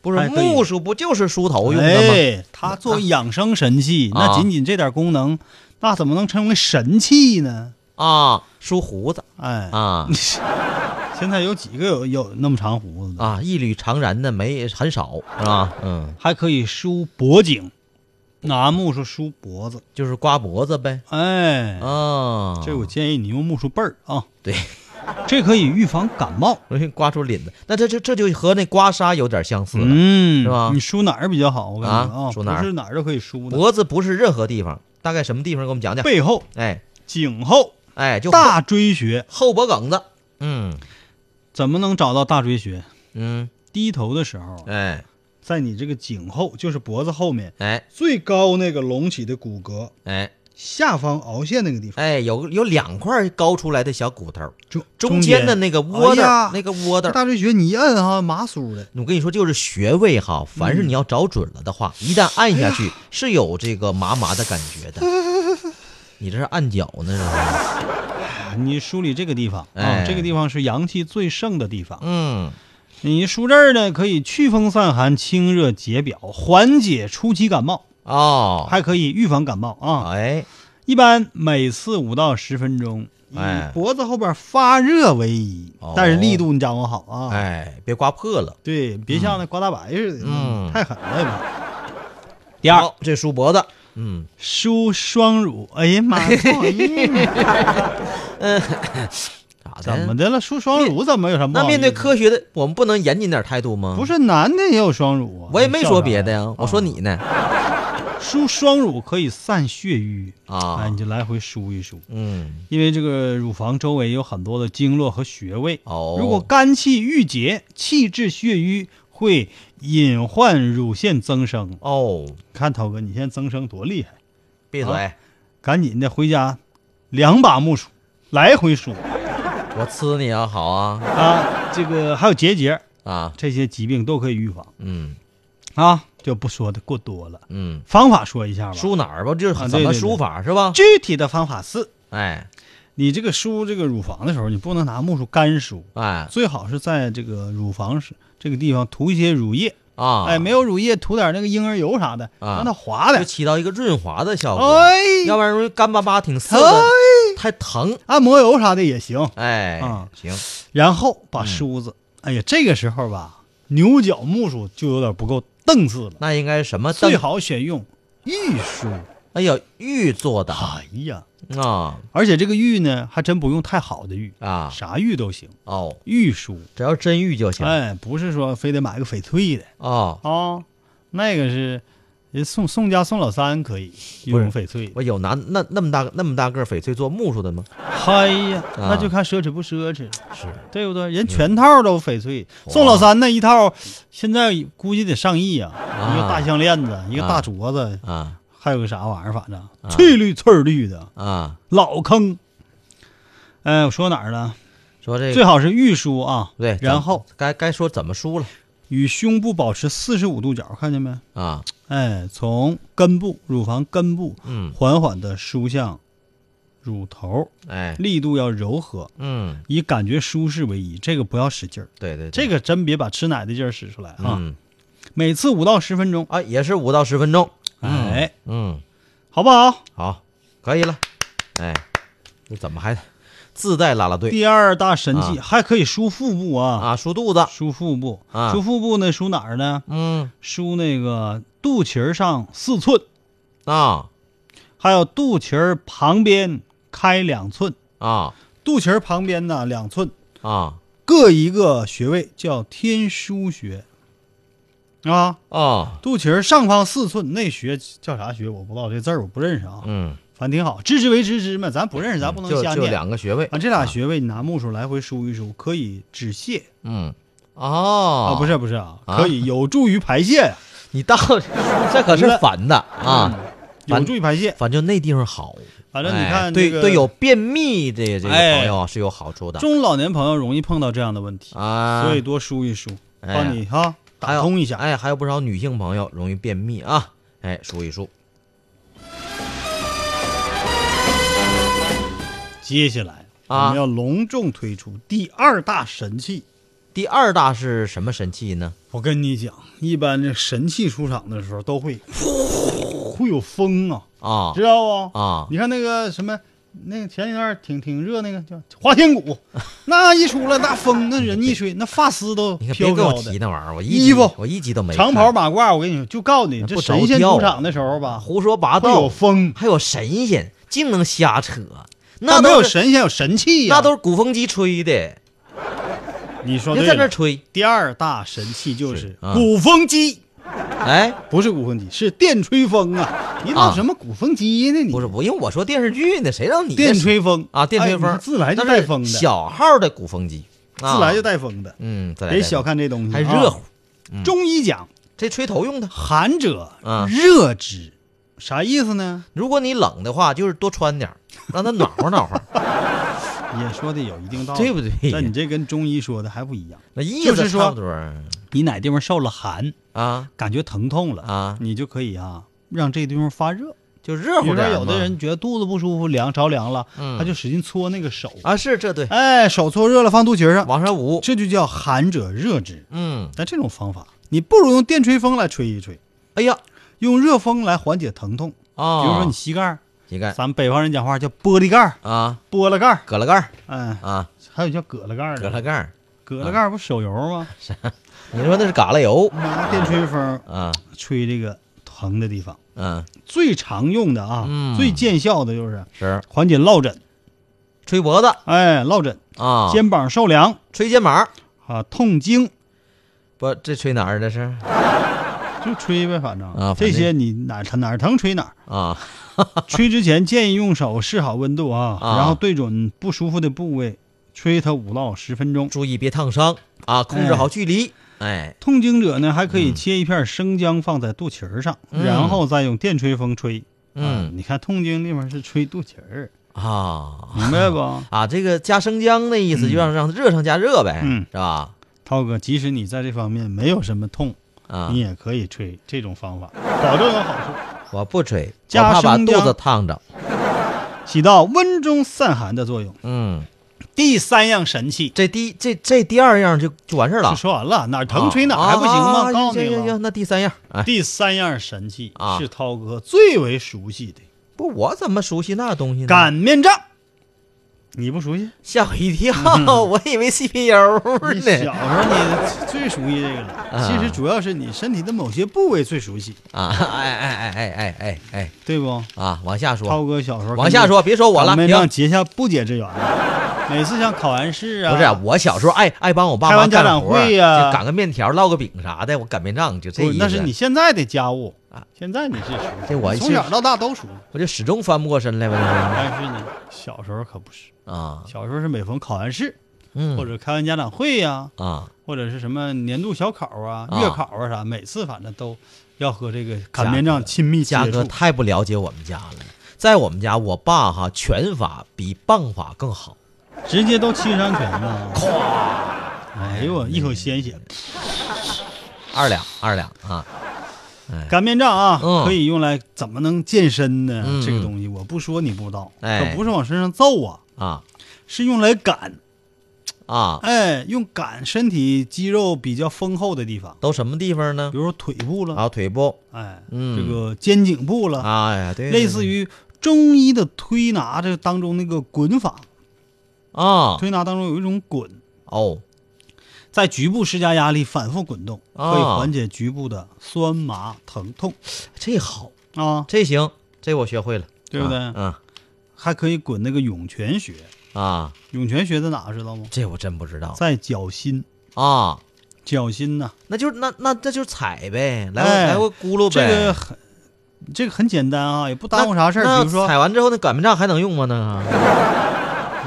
[SPEAKER 3] 不是
[SPEAKER 2] 还可以
[SPEAKER 3] 木梳不就是梳头用的吗？
[SPEAKER 2] 哎，它作为养生神器，
[SPEAKER 3] 啊
[SPEAKER 2] 那仅仅这点功能，那怎么能称为神器呢？
[SPEAKER 3] 啊，梳胡子
[SPEAKER 2] 哎，
[SPEAKER 3] 啊
[SPEAKER 2] <laughs> 现在有几个有有那么长胡子的？
[SPEAKER 3] 啊，一缕长然的没很少是吧？嗯，
[SPEAKER 2] 还可以梳脖颈，拿木梳梳脖子。
[SPEAKER 3] 就是刮脖子呗。
[SPEAKER 2] 哎，
[SPEAKER 3] 啊，
[SPEAKER 2] 这我建议你用木梳背儿啊，
[SPEAKER 3] 对，
[SPEAKER 2] <laughs> 这可以预防感冒。
[SPEAKER 3] 容易刮出领子，那这这这就和那刮痧有点相似了。
[SPEAKER 2] 嗯，
[SPEAKER 3] 是吧
[SPEAKER 2] 你梳哪儿比较好？我感觉
[SPEAKER 3] 啊梳哪儿
[SPEAKER 2] 不是哪儿都可以梳的。
[SPEAKER 3] 脖子不是任何地方，大概什么地方？给我们讲讲。
[SPEAKER 2] 背后、
[SPEAKER 3] 哎
[SPEAKER 2] 颈后、
[SPEAKER 3] 哎，就
[SPEAKER 2] 大椎穴，
[SPEAKER 3] 后脖梗子。嗯
[SPEAKER 2] 怎么能找到大椎穴？
[SPEAKER 3] 嗯，
[SPEAKER 2] 低头的时候，啊
[SPEAKER 3] 哎
[SPEAKER 2] 在你这个颈后，就是脖子后面
[SPEAKER 3] 哎
[SPEAKER 2] 最高那个隆起的骨骼
[SPEAKER 3] 哎
[SPEAKER 2] 下方凹陷那个地方，
[SPEAKER 3] 哎，有有两块高出来的小骨头，
[SPEAKER 2] 中
[SPEAKER 3] 哎中
[SPEAKER 2] 间
[SPEAKER 3] 间的那个窝
[SPEAKER 2] 哎
[SPEAKER 3] 的
[SPEAKER 2] 呀，
[SPEAKER 3] 那个窝的。
[SPEAKER 2] 大椎穴，你一摁哈，麻酥的。
[SPEAKER 3] 我跟你说，就是穴位哈，凡
[SPEAKER 2] 嗯
[SPEAKER 3] 是你要找准了的话，一旦按下
[SPEAKER 2] 哎
[SPEAKER 3] 去是有这个麻麻的感觉的。你这是按脚呢是吧？
[SPEAKER 2] 你梳理这个地方
[SPEAKER 3] 哎
[SPEAKER 2] 啊，这个地方是阳气最盛的地方。
[SPEAKER 3] 嗯，
[SPEAKER 2] 你梳这儿呢，可以祛风散寒、清热解表，缓解初期感冒，
[SPEAKER 3] 哦，
[SPEAKER 2] 还可以预防感冒啊。
[SPEAKER 3] 哎
[SPEAKER 2] 一般每次五到十分钟，以
[SPEAKER 3] 哎
[SPEAKER 2] 脖子后边发热为宜
[SPEAKER 3] 哦，
[SPEAKER 2] 但是力度你掌握好啊。
[SPEAKER 3] 哎，别刮破了。
[SPEAKER 2] 对，别像那刮大白似的，
[SPEAKER 3] 嗯
[SPEAKER 2] 太狠了也不。第二，
[SPEAKER 3] 好，这梳脖子，嗯，
[SPEAKER 2] 梳双乳，哎呀妈呀，不好意
[SPEAKER 3] <laughs> 嗯
[SPEAKER 2] 思
[SPEAKER 3] 咋的？
[SPEAKER 2] 怎么的了？梳双乳怎么有什么不
[SPEAKER 3] 那
[SPEAKER 2] 好意
[SPEAKER 3] 面
[SPEAKER 2] 思的？嗯
[SPEAKER 3] 对科学的，我们不能严谨点态度吗？
[SPEAKER 2] 不，是男的也有双乳啊？
[SPEAKER 3] 嗯我也没说别的
[SPEAKER 2] 你笑
[SPEAKER 3] 呀
[SPEAKER 2] 啥，
[SPEAKER 3] 我说你呢
[SPEAKER 2] 梳双乳可以散血瘀哎，
[SPEAKER 3] 啊
[SPEAKER 2] 你，就来回梳一梳，
[SPEAKER 3] 嗯，
[SPEAKER 2] 因为这个乳房周围有很多的经络和穴位。
[SPEAKER 3] 哦，
[SPEAKER 2] 如果肝气郁结，气滞血瘀，会隐患乳腺增生。
[SPEAKER 3] 哦，
[SPEAKER 2] 看涛哥，你现在增生多厉害！
[SPEAKER 3] 闭
[SPEAKER 2] 啊
[SPEAKER 3] 嘴，
[SPEAKER 2] 赶紧的回家，两把木梳，来回梳
[SPEAKER 3] 我呲你啊，好啊
[SPEAKER 2] 啊。这个还有结节，
[SPEAKER 3] 啊，
[SPEAKER 2] 这些疾病都可以预防
[SPEAKER 3] 嗯
[SPEAKER 2] 啊，就不说的过多了。
[SPEAKER 3] 嗯，
[SPEAKER 2] 方法说一下吧，
[SPEAKER 3] 梳哪儿吧，就是
[SPEAKER 2] 啊
[SPEAKER 3] 怎
[SPEAKER 2] 对
[SPEAKER 3] 么
[SPEAKER 2] 对对
[SPEAKER 3] 梳法是吧？
[SPEAKER 2] 具体的方法四：
[SPEAKER 3] 哎，
[SPEAKER 2] 你这个梳这个乳房的时候，你不能拿木梳干梳，
[SPEAKER 3] 哎
[SPEAKER 2] 最好是在这个乳房是这个地方涂一些乳液，
[SPEAKER 3] 啊，
[SPEAKER 2] 哎，没有乳液涂点那个婴儿油啥的，
[SPEAKER 3] 啊
[SPEAKER 2] 让它滑
[SPEAKER 3] 就
[SPEAKER 2] 点。
[SPEAKER 3] 起到一个润滑的效果，
[SPEAKER 2] 哎，
[SPEAKER 3] 要不然容易干巴巴挺涩的，
[SPEAKER 2] 哎，
[SPEAKER 3] 太疼。
[SPEAKER 2] 按摩油啥的也行。
[SPEAKER 3] 哎，
[SPEAKER 2] 啊
[SPEAKER 3] 行，
[SPEAKER 2] 然后把梳
[SPEAKER 3] 嗯
[SPEAKER 2] 子，哎呀，这个时候吧，牛角木梳就有点不够蹬子了，
[SPEAKER 3] 那应该什么凳
[SPEAKER 2] 最？好选用玉梳。
[SPEAKER 3] 哎呀，玉做的啊
[SPEAKER 2] 哎呀，
[SPEAKER 3] 啊
[SPEAKER 2] 而且这个玉呢，还真不用太好的玉，
[SPEAKER 3] 啊
[SPEAKER 2] 啥玉都行，
[SPEAKER 3] 哦，
[SPEAKER 2] 玉梳。
[SPEAKER 3] 只要真玉就行
[SPEAKER 2] 哎，不是说非得买个翡翠的
[SPEAKER 3] 哦。
[SPEAKER 2] 啊、那个是人宋宋家宋老三可以
[SPEAKER 3] 不是
[SPEAKER 2] 用翡翠。
[SPEAKER 3] 我有拿那那么大个那么大个翡翠做木梳的吗？
[SPEAKER 2] 嗨呀，
[SPEAKER 3] 啊
[SPEAKER 2] 那就看奢侈不奢侈，
[SPEAKER 3] 是
[SPEAKER 2] 对不对？人全套都翡翠，宋老三那一套现在估计得上亿啊！一个大项链子，一个大镯子，
[SPEAKER 3] 啊
[SPEAKER 2] 还有个啥玩意儿，反正翠绿翠绿的，
[SPEAKER 3] 啊，
[SPEAKER 2] 老坑。哎，我说哪儿了？
[SPEAKER 3] 说这
[SPEAKER 2] 最
[SPEAKER 3] 个
[SPEAKER 2] 好是玉梳啊，
[SPEAKER 3] 对，咱
[SPEAKER 2] 然后
[SPEAKER 3] 该该说怎么梳了
[SPEAKER 2] 与胸部保持四十五度角，看见没？
[SPEAKER 3] 啊？
[SPEAKER 2] 哎，从根部、乳房根部
[SPEAKER 3] 嗯，
[SPEAKER 2] 缓缓的梳向乳头，
[SPEAKER 3] 哎，
[SPEAKER 2] 力度要柔和，
[SPEAKER 3] 嗯，
[SPEAKER 2] 以感觉舒适为宜。这个不要使劲儿，
[SPEAKER 3] 对对，对
[SPEAKER 2] 这个真别把吃奶的劲儿使出来啊！
[SPEAKER 3] 嗯
[SPEAKER 2] 每次五到十分钟，
[SPEAKER 3] 啊也是五到十分钟，嗯
[SPEAKER 2] 哎，
[SPEAKER 3] 嗯，
[SPEAKER 2] 好不好？
[SPEAKER 3] 好，可以了，哎，你怎么还自带啦啦队
[SPEAKER 2] 第二大神器、
[SPEAKER 3] 啊
[SPEAKER 2] 还可以梳腹部啊，
[SPEAKER 3] 啊？梳肚子，
[SPEAKER 2] 梳腹部，
[SPEAKER 3] 啊
[SPEAKER 2] 梳腹部呢，梳哪儿呢？
[SPEAKER 3] 嗯
[SPEAKER 2] 梳那个肚脐儿上四寸，
[SPEAKER 3] 啊
[SPEAKER 2] 还有肚脐儿旁边开两寸，
[SPEAKER 3] 啊
[SPEAKER 2] 肚脐儿旁边呢两寸，
[SPEAKER 3] 啊
[SPEAKER 2] 各一个穴位叫天枢穴啊，
[SPEAKER 3] 哦，
[SPEAKER 2] 肚脐儿上方四寸那穴叫啥穴？我不知道这字儿我不认识啊，
[SPEAKER 3] 嗯，
[SPEAKER 2] 反正挺好，知之为知之嘛，咱不认识咱不能
[SPEAKER 3] 就
[SPEAKER 2] 瞎
[SPEAKER 3] 就
[SPEAKER 2] 念
[SPEAKER 3] 两个穴位
[SPEAKER 2] 啊。这俩穴位你拿木梳来回梳一梳，可以止泻
[SPEAKER 3] 嗯，哦
[SPEAKER 2] 啊，不是不是啊，
[SPEAKER 3] 啊
[SPEAKER 2] 可以有助于排泄，
[SPEAKER 3] 你到 <laughs> 这可是反的啊，
[SPEAKER 2] 有助于排泄。
[SPEAKER 3] 反正啊那地方好，
[SPEAKER 2] 嗯反正你
[SPEAKER 3] 哎
[SPEAKER 2] 看
[SPEAKER 3] 对
[SPEAKER 2] 这个
[SPEAKER 3] 对有便秘的这个
[SPEAKER 2] 哎
[SPEAKER 3] 朋友啊是有好处的
[SPEAKER 2] 中老年朋友容易碰到这样的问题，
[SPEAKER 3] 啊，
[SPEAKER 2] 所以多梳一梳，
[SPEAKER 3] 哎
[SPEAKER 2] 帮你哈打
[SPEAKER 3] 还有
[SPEAKER 2] 通一下。
[SPEAKER 3] 哎，还有不少女性朋友容易便秘啊，哎，梳一梳，
[SPEAKER 2] 接下来
[SPEAKER 3] 啊
[SPEAKER 2] 我们要隆重推出第二大神器。
[SPEAKER 3] 第二大是什么神器呢？
[SPEAKER 2] 我跟你讲，一般这神器出场的时候都会会有风啊，
[SPEAKER 3] 啊
[SPEAKER 2] 知道不？
[SPEAKER 3] 啊
[SPEAKER 2] 你看那个什么，那个前一段挺挺热那个叫花千
[SPEAKER 3] <laughs>
[SPEAKER 2] 骨，那一出来那风，那人一吹，那发丝都
[SPEAKER 3] 你可
[SPEAKER 2] 飘
[SPEAKER 3] 别跟
[SPEAKER 2] 飘
[SPEAKER 3] 我
[SPEAKER 2] 的。
[SPEAKER 3] 提那玩意儿，我一
[SPEAKER 2] 衣
[SPEAKER 3] 集
[SPEAKER 2] 服
[SPEAKER 3] 我一集都没
[SPEAKER 2] 长
[SPEAKER 3] 看
[SPEAKER 2] 袍马褂，我跟你说，就告诉你，
[SPEAKER 3] 那
[SPEAKER 2] 这
[SPEAKER 3] 不着
[SPEAKER 2] 神仙
[SPEAKER 3] 调
[SPEAKER 2] 出
[SPEAKER 3] 啊
[SPEAKER 2] 场的时候吧，
[SPEAKER 3] 胡说八
[SPEAKER 2] 会有
[SPEAKER 3] 道，
[SPEAKER 2] 风，
[SPEAKER 3] 还有神仙，净能瞎扯，那
[SPEAKER 2] 但没有
[SPEAKER 3] 都是
[SPEAKER 2] 神仙，啊有神器呀。
[SPEAKER 3] 那都是鼓风机吹的，
[SPEAKER 2] 你说
[SPEAKER 3] 别
[SPEAKER 2] 对
[SPEAKER 3] 在那
[SPEAKER 2] 了。
[SPEAKER 3] 吹，
[SPEAKER 2] 第二大神器就是是
[SPEAKER 3] 啊
[SPEAKER 2] 鼓风机，
[SPEAKER 3] 哎，
[SPEAKER 2] 不是鼓风机，是电吹风啊！你
[SPEAKER 3] 啊
[SPEAKER 2] 老什么鼓风机呢？你
[SPEAKER 3] 不是我，因为我说电视剧呢，谁让你
[SPEAKER 2] 电吹风
[SPEAKER 3] 啊电吹
[SPEAKER 2] 哎
[SPEAKER 3] 风
[SPEAKER 2] 你自来就
[SPEAKER 3] 那是
[SPEAKER 2] 带风的，
[SPEAKER 3] 小号的鼓风机，啊
[SPEAKER 2] 自来就带风的，
[SPEAKER 3] 嗯，自来
[SPEAKER 2] 别
[SPEAKER 3] 带
[SPEAKER 2] 小
[SPEAKER 3] 风
[SPEAKER 2] 看这东西，
[SPEAKER 3] 还热乎
[SPEAKER 2] 啊。，中医讲
[SPEAKER 3] 这吹头用的。
[SPEAKER 2] 寒者
[SPEAKER 3] 啊
[SPEAKER 2] 热之，啥意思呢？
[SPEAKER 3] 如果你冷的话，就是多穿点儿，让它暖和暖和，
[SPEAKER 2] <laughs> 也说的有一定道理，
[SPEAKER 3] 对不对？
[SPEAKER 2] <laughs> 但你这跟中医说的还不一样，
[SPEAKER 3] 那意
[SPEAKER 2] 就是
[SPEAKER 3] 思
[SPEAKER 2] 说
[SPEAKER 3] 差不多
[SPEAKER 2] 你哪地方受了寒，
[SPEAKER 3] 啊，
[SPEAKER 2] 感觉疼痛了
[SPEAKER 3] 啊
[SPEAKER 2] 你就可以啊让这地方发热。
[SPEAKER 3] 就热
[SPEAKER 2] 比如
[SPEAKER 3] 乎点
[SPEAKER 2] 说
[SPEAKER 3] 儿嘛。
[SPEAKER 2] 有的人觉得肚子不舒服，凉着凉了，
[SPEAKER 3] 嗯
[SPEAKER 2] 他就使劲搓那个手，
[SPEAKER 3] 啊，是这对，
[SPEAKER 2] 哎，手搓热了放肚脐上，
[SPEAKER 3] 往上捂，
[SPEAKER 2] 这就叫寒者热之。
[SPEAKER 3] 嗯，
[SPEAKER 2] 但这种方法，你不如用电吹风来吹一吹，
[SPEAKER 3] 哎呀
[SPEAKER 2] 用热风来缓解疼痛。
[SPEAKER 3] 啊，
[SPEAKER 2] 比如说你膝盖儿，
[SPEAKER 3] 膝盖
[SPEAKER 2] 咱们北方人讲话叫玻璃盖儿、
[SPEAKER 3] 啊，
[SPEAKER 2] 玻璃盖儿，
[SPEAKER 3] 葛了盖儿
[SPEAKER 2] 嗯、
[SPEAKER 3] 啊，
[SPEAKER 2] 还有叫葛了盖儿
[SPEAKER 3] 葛
[SPEAKER 2] 的。
[SPEAKER 3] 了盖儿，
[SPEAKER 2] 葛了盖儿不手油吗？
[SPEAKER 3] 你说那是嘎啦油
[SPEAKER 2] 拿电吹风
[SPEAKER 3] 啊，
[SPEAKER 2] 吹这个疼的地方，
[SPEAKER 3] 嗯，
[SPEAKER 2] 最常用的啊，
[SPEAKER 3] 嗯
[SPEAKER 2] 最见效的就是
[SPEAKER 3] 是
[SPEAKER 2] 缓解落枕。
[SPEAKER 3] 吹脖子
[SPEAKER 2] 哎，落枕、
[SPEAKER 3] 啊，
[SPEAKER 2] 肩膀受凉
[SPEAKER 3] 吹肩膀，
[SPEAKER 2] 啊，痛经
[SPEAKER 3] 不，这吹哪儿这是
[SPEAKER 2] 就吹呗，反正
[SPEAKER 3] 啊反正
[SPEAKER 2] 这些你哪儿疼哪儿疼吹哪
[SPEAKER 3] <laughs>
[SPEAKER 2] 儿。
[SPEAKER 3] 啊
[SPEAKER 2] 吹之前建议用手试好温度啊，
[SPEAKER 3] 啊
[SPEAKER 2] 然后对准不舒服的部位吹它五到十分钟。
[SPEAKER 3] 注意别烫伤啊，控制好距离，哎，
[SPEAKER 2] 痛经者呢，还可以切一片生姜放在肚脐儿上，
[SPEAKER 3] 嗯
[SPEAKER 2] 然后再用电吹风吹。啊
[SPEAKER 3] 嗯
[SPEAKER 2] 你看痛经地方是吹肚脐儿，
[SPEAKER 3] 啊
[SPEAKER 2] 明白不？
[SPEAKER 3] 啊，这个加生姜的意思就让让它热上加热呗，
[SPEAKER 2] 嗯
[SPEAKER 3] 是吧？
[SPEAKER 2] 涛哥，即使你在这方面没有什么痛，
[SPEAKER 3] 啊
[SPEAKER 2] 你，也可以吹这种方法，保证有好处。
[SPEAKER 3] 我不吹，我
[SPEAKER 2] 加
[SPEAKER 3] 怕把
[SPEAKER 2] 生
[SPEAKER 3] 肚
[SPEAKER 2] 姜
[SPEAKER 3] 子烫着。
[SPEAKER 2] 起到温中散寒的作用。
[SPEAKER 3] 嗯，
[SPEAKER 2] 第三样神器，
[SPEAKER 3] 这第这这第二样就就完事儿了
[SPEAKER 2] 就，说完了，哪儿疼吹哪儿
[SPEAKER 3] 啊
[SPEAKER 2] 还不行
[SPEAKER 3] 啊
[SPEAKER 2] 吗？
[SPEAKER 3] 啊
[SPEAKER 2] 告诉你
[SPEAKER 3] 行行
[SPEAKER 2] 了
[SPEAKER 3] 行，。那第三样，哎，
[SPEAKER 2] 第三样神器
[SPEAKER 3] 啊
[SPEAKER 2] 是涛哥最为熟悉的
[SPEAKER 3] 不，我怎么熟悉那东西呢？
[SPEAKER 2] 擀面杖，你不熟悉？
[SPEAKER 3] 吓我一跳，我以为 CPU
[SPEAKER 2] 嗯你小时
[SPEAKER 3] 呢。
[SPEAKER 2] 候你最熟悉这个了，其实主要是你身体的某些部位最熟悉，
[SPEAKER 3] 啊，哎哎哎哎哎哎哎
[SPEAKER 2] 对不？
[SPEAKER 3] 啊，往下
[SPEAKER 2] 涛
[SPEAKER 3] 说，
[SPEAKER 2] 哥小时候
[SPEAKER 3] 往下说，别说我了，
[SPEAKER 2] 擀面
[SPEAKER 3] 停。
[SPEAKER 2] 杖结下不解之缘了。每次像考完试啊，
[SPEAKER 3] 不是我小时候哎爱爱帮我爸
[SPEAKER 2] 开
[SPEAKER 3] 妈
[SPEAKER 2] 完家
[SPEAKER 3] 干
[SPEAKER 2] 长
[SPEAKER 3] 活，
[SPEAKER 2] 会呀
[SPEAKER 3] 就擀个面条、烙个饼啥的，我擀面杖就这
[SPEAKER 2] 不是
[SPEAKER 3] 意思。
[SPEAKER 2] 那是你，现在的家务
[SPEAKER 3] 啊，
[SPEAKER 2] 现在你是熟悉，
[SPEAKER 3] 这我
[SPEAKER 5] 从小到大都熟。
[SPEAKER 3] 我就始终翻不过身来呗，
[SPEAKER 2] 但是你小时候可不是，
[SPEAKER 3] 就是啊，
[SPEAKER 2] 小时候是每逢考完试
[SPEAKER 3] 嗯，
[SPEAKER 2] 或者开完家长会呀、
[SPEAKER 3] 啊，
[SPEAKER 2] 或者是什么年度小考啊、
[SPEAKER 3] 啊
[SPEAKER 2] 月考啊啥，每次反正都要和这个擀面杖亲密接
[SPEAKER 3] 嘉哥
[SPEAKER 2] 触。
[SPEAKER 3] 太不了解我们家了。在我们家，我爸哈拳法比棒法更好，
[SPEAKER 2] 直接都七伤拳了，咵！哎呦我一口鲜血。
[SPEAKER 3] 二两二两啊，
[SPEAKER 2] 擀面杖啊，
[SPEAKER 3] 嗯
[SPEAKER 2] 可以用来怎么能健身呢？
[SPEAKER 3] 嗯
[SPEAKER 2] 这个东西我不说你不知道，
[SPEAKER 3] 哎
[SPEAKER 2] 可不是往身上揍啊，
[SPEAKER 3] 啊
[SPEAKER 2] 是用来擀，
[SPEAKER 3] 啊，
[SPEAKER 2] 哎，用擀身体肌肉比较丰厚的地方，
[SPEAKER 3] 都什么地方呢
[SPEAKER 2] 比？如说腿部了，
[SPEAKER 3] 啊，腿部，
[SPEAKER 2] 哎，
[SPEAKER 3] 嗯
[SPEAKER 2] 这个肩颈部了，
[SPEAKER 3] 哎呀，对，
[SPEAKER 2] 类似
[SPEAKER 3] 于
[SPEAKER 2] 于中医的推拿这当中那个滚法，
[SPEAKER 3] 啊，
[SPEAKER 2] 推拿当中有一种滚，
[SPEAKER 3] 哦，
[SPEAKER 2] 在局部施加压力，反复滚动，
[SPEAKER 3] 啊
[SPEAKER 2] 可以缓解局部的酸麻疼痛
[SPEAKER 3] 这好，
[SPEAKER 2] 啊，
[SPEAKER 3] 这行，这我学会了，
[SPEAKER 2] 对不对？
[SPEAKER 3] 嗯
[SPEAKER 2] 还可以滚那个涌泉穴，
[SPEAKER 3] 啊，
[SPEAKER 2] 涌泉穴在哪知道吗？
[SPEAKER 3] 这我真不知道
[SPEAKER 2] 在脚心，
[SPEAKER 3] 啊，
[SPEAKER 2] 脚心呐、
[SPEAKER 3] 那就那那这就踩呗，来回
[SPEAKER 2] 哎
[SPEAKER 3] 来回咕噜
[SPEAKER 2] 这个
[SPEAKER 3] 呗，
[SPEAKER 2] 很，这个很简单啊，也不
[SPEAKER 3] 那
[SPEAKER 2] 耽误啥事儿。
[SPEAKER 3] 那
[SPEAKER 2] 比如说
[SPEAKER 3] 踩完之后，那擀面杖还能用吗？那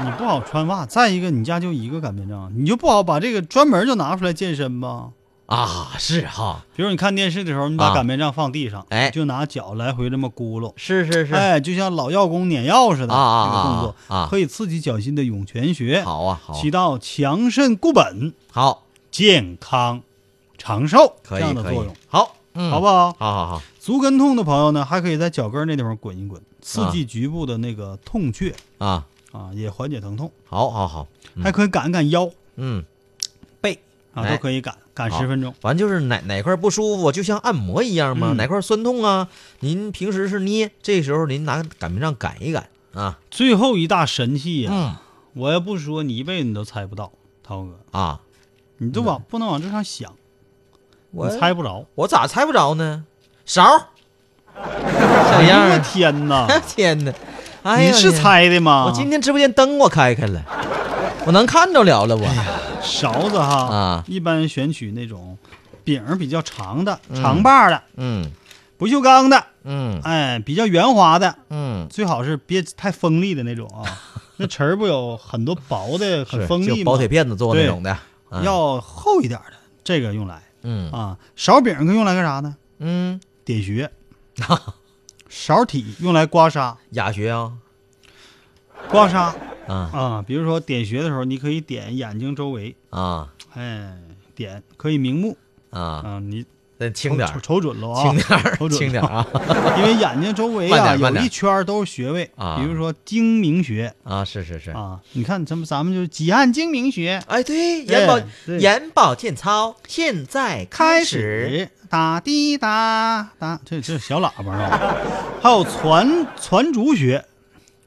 [SPEAKER 2] 你不好穿袜，再一个你家就一个擀面杖，你就不好把这个专门就拿出来健身吧。
[SPEAKER 3] 啊，是哈，
[SPEAKER 2] 比如你看电视的时候，你
[SPEAKER 3] 啊
[SPEAKER 2] 把擀面杖放地上，
[SPEAKER 3] 哎
[SPEAKER 2] 你就拿脚来回这么咕噜，
[SPEAKER 3] 是是是，
[SPEAKER 2] 哎，就像老药工碾药似的
[SPEAKER 3] 啊啊
[SPEAKER 2] 这个动作，
[SPEAKER 3] 啊啊
[SPEAKER 2] 可以刺激脚心的涌泉穴，
[SPEAKER 3] 好啊好啊
[SPEAKER 2] 起到强肾固本、
[SPEAKER 3] 好，
[SPEAKER 2] 健康长寿
[SPEAKER 3] 可
[SPEAKER 2] 这
[SPEAKER 3] 以
[SPEAKER 2] 样的
[SPEAKER 3] 可以
[SPEAKER 2] 作用，，
[SPEAKER 3] 好，嗯，
[SPEAKER 2] 好不，好？
[SPEAKER 3] 好好好
[SPEAKER 2] 足跟痛的朋友呢，还可以在脚跟儿那地方滚一滚，刺激局部的那个痛穴
[SPEAKER 3] 啊，
[SPEAKER 2] 啊，也缓解疼痛，
[SPEAKER 3] 好好好，嗯
[SPEAKER 2] 还可以擀一擀腰
[SPEAKER 3] 嗯，
[SPEAKER 2] 啊，
[SPEAKER 3] 哎
[SPEAKER 2] 都可以擀，擀
[SPEAKER 3] 好
[SPEAKER 2] 十分钟。
[SPEAKER 3] 完就是哪哪块不舒服，就像按摩一样嘛，
[SPEAKER 2] 嗯
[SPEAKER 3] 哪块酸痛啊，您平时是捏，这时候您拿擀面杖擀一擀啊，
[SPEAKER 2] 最后一大神器呀、
[SPEAKER 3] 嗯
[SPEAKER 2] 我要不说，你一辈子你都猜不到，涛哥，
[SPEAKER 3] 啊，
[SPEAKER 2] 你都往不能往这上想，你
[SPEAKER 3] 嗯我
[SPEAKER 2] 猜不着。
[SPEAKER 3] 我咋猜不着呢？
[SPEAKER 2] <laughs>
[SPEAKER 3] 勺儿，小样
[SPEAKER 2] 哎呦我
[SPEAKER 3] 儿，
[SPEAKER 2] 天哪！
[SPEAKER 3] 天哪！ <laughs> 哎呀，
[SPEAKER 2] 你是
[SPEAKER 3] 天
[SPEAKER 2] 猜啊的吗？
[SPEAKER 3] 我今天直播间灯我开开了，我能看着了了，
[SPEAKER 2] 哎
[SPEAKER 3] 我
[SPEAKER 2] 勺子哈，
[SPEAKER 3] 啊
[SPEAKER 2] 一般选取那种柄儿比较长的、长把儿的、
[SPEAKER 3] 嗯
[SPEAKER 2] 不锈钢的，
[SPEAKER 3] 嗯
[SPEAKER 2] 哎，比较圆滑的，
[SPEAKER 3] 嗯，
[SPEAKER 2] 最好是别太锋利的那种
[SPEAKER 3] <laughs>
[SPEAKER 2] 啊。那齿儿不有很多薄的、很
[SPEAKER 3] 是
[SPEAKER 2] 锋
[SPEAKER 3] 就
[SPEAKER 2] 利
[SPEAKER 3] 薄
[SPEAKER 2] 吗？
[SPEAKER 3] 铁片子做那种的，嗯
[SPEAKER 2] 要厚一点的，这个用来
[SPEAKER 3] 嗯
[SPEAKER 2] 啊。勺柄儿用来干啥呢？
[SPEAKER 3] 嗯
[SPEAKER 2] 点穴。
[SPEAKER 3] <laughs>
[SPEAKER 2] 勺体用来刮痧，
[SPEAKER 3] 哑穴啊
[SPEAKER 2] 刮痧
[SPEAKER 3] 啊
[SPEAKER 2] 啊，比如说点穴的时候，你可以点眼睛周围，
[SPEAKER 3] 啊
[SPEAKER 2] 哎，点可以明目
[SPEAKER 3] 啊，
[SPEAKER 2] 啊，你
[SPEAKER 3] 再轻点
[SPEAKER 2] 瞅
[SPEAKER 3] 儿，
[SPEAKER 2] 瞅准了啊，
[SPEAKER 3] 轻点
[SPEAKER 2] <laughs>
[SPEAKER 3] 儿
[SPEAKER 2] 瞅，准
[SPEAKER 3] 轻点儿啊
[SPEAKER 2] 因为眼睛周围
[SPEAKER 3] 慢
[SPEAKER 2] 啊
[SPEAKER 3] 点
[SPEAKER 2] 有
[SPEAKER 3] 慢点
[SPEAKER 2] 一圈儿都是穴位
[SPEAKER 3] 啊
[SPEAKER 2] 比如说睛明穴
[SPEAKER 3] 啊，是是是，
[SPEAKER 2] 啊，你看咱们咱们就是几按睛明穴
[SPEAKER 3] 哎对，眼保
[SPEAKER 2] 对
[SPEAKER 3] 眼保健操现在
[SPEAKER 2] 开
[SPEAKER 3] 开始，
[SPEAKER 2] 始打滴答答，这这小喇叭是吧？ <laughs> 还有攒攒竹穴、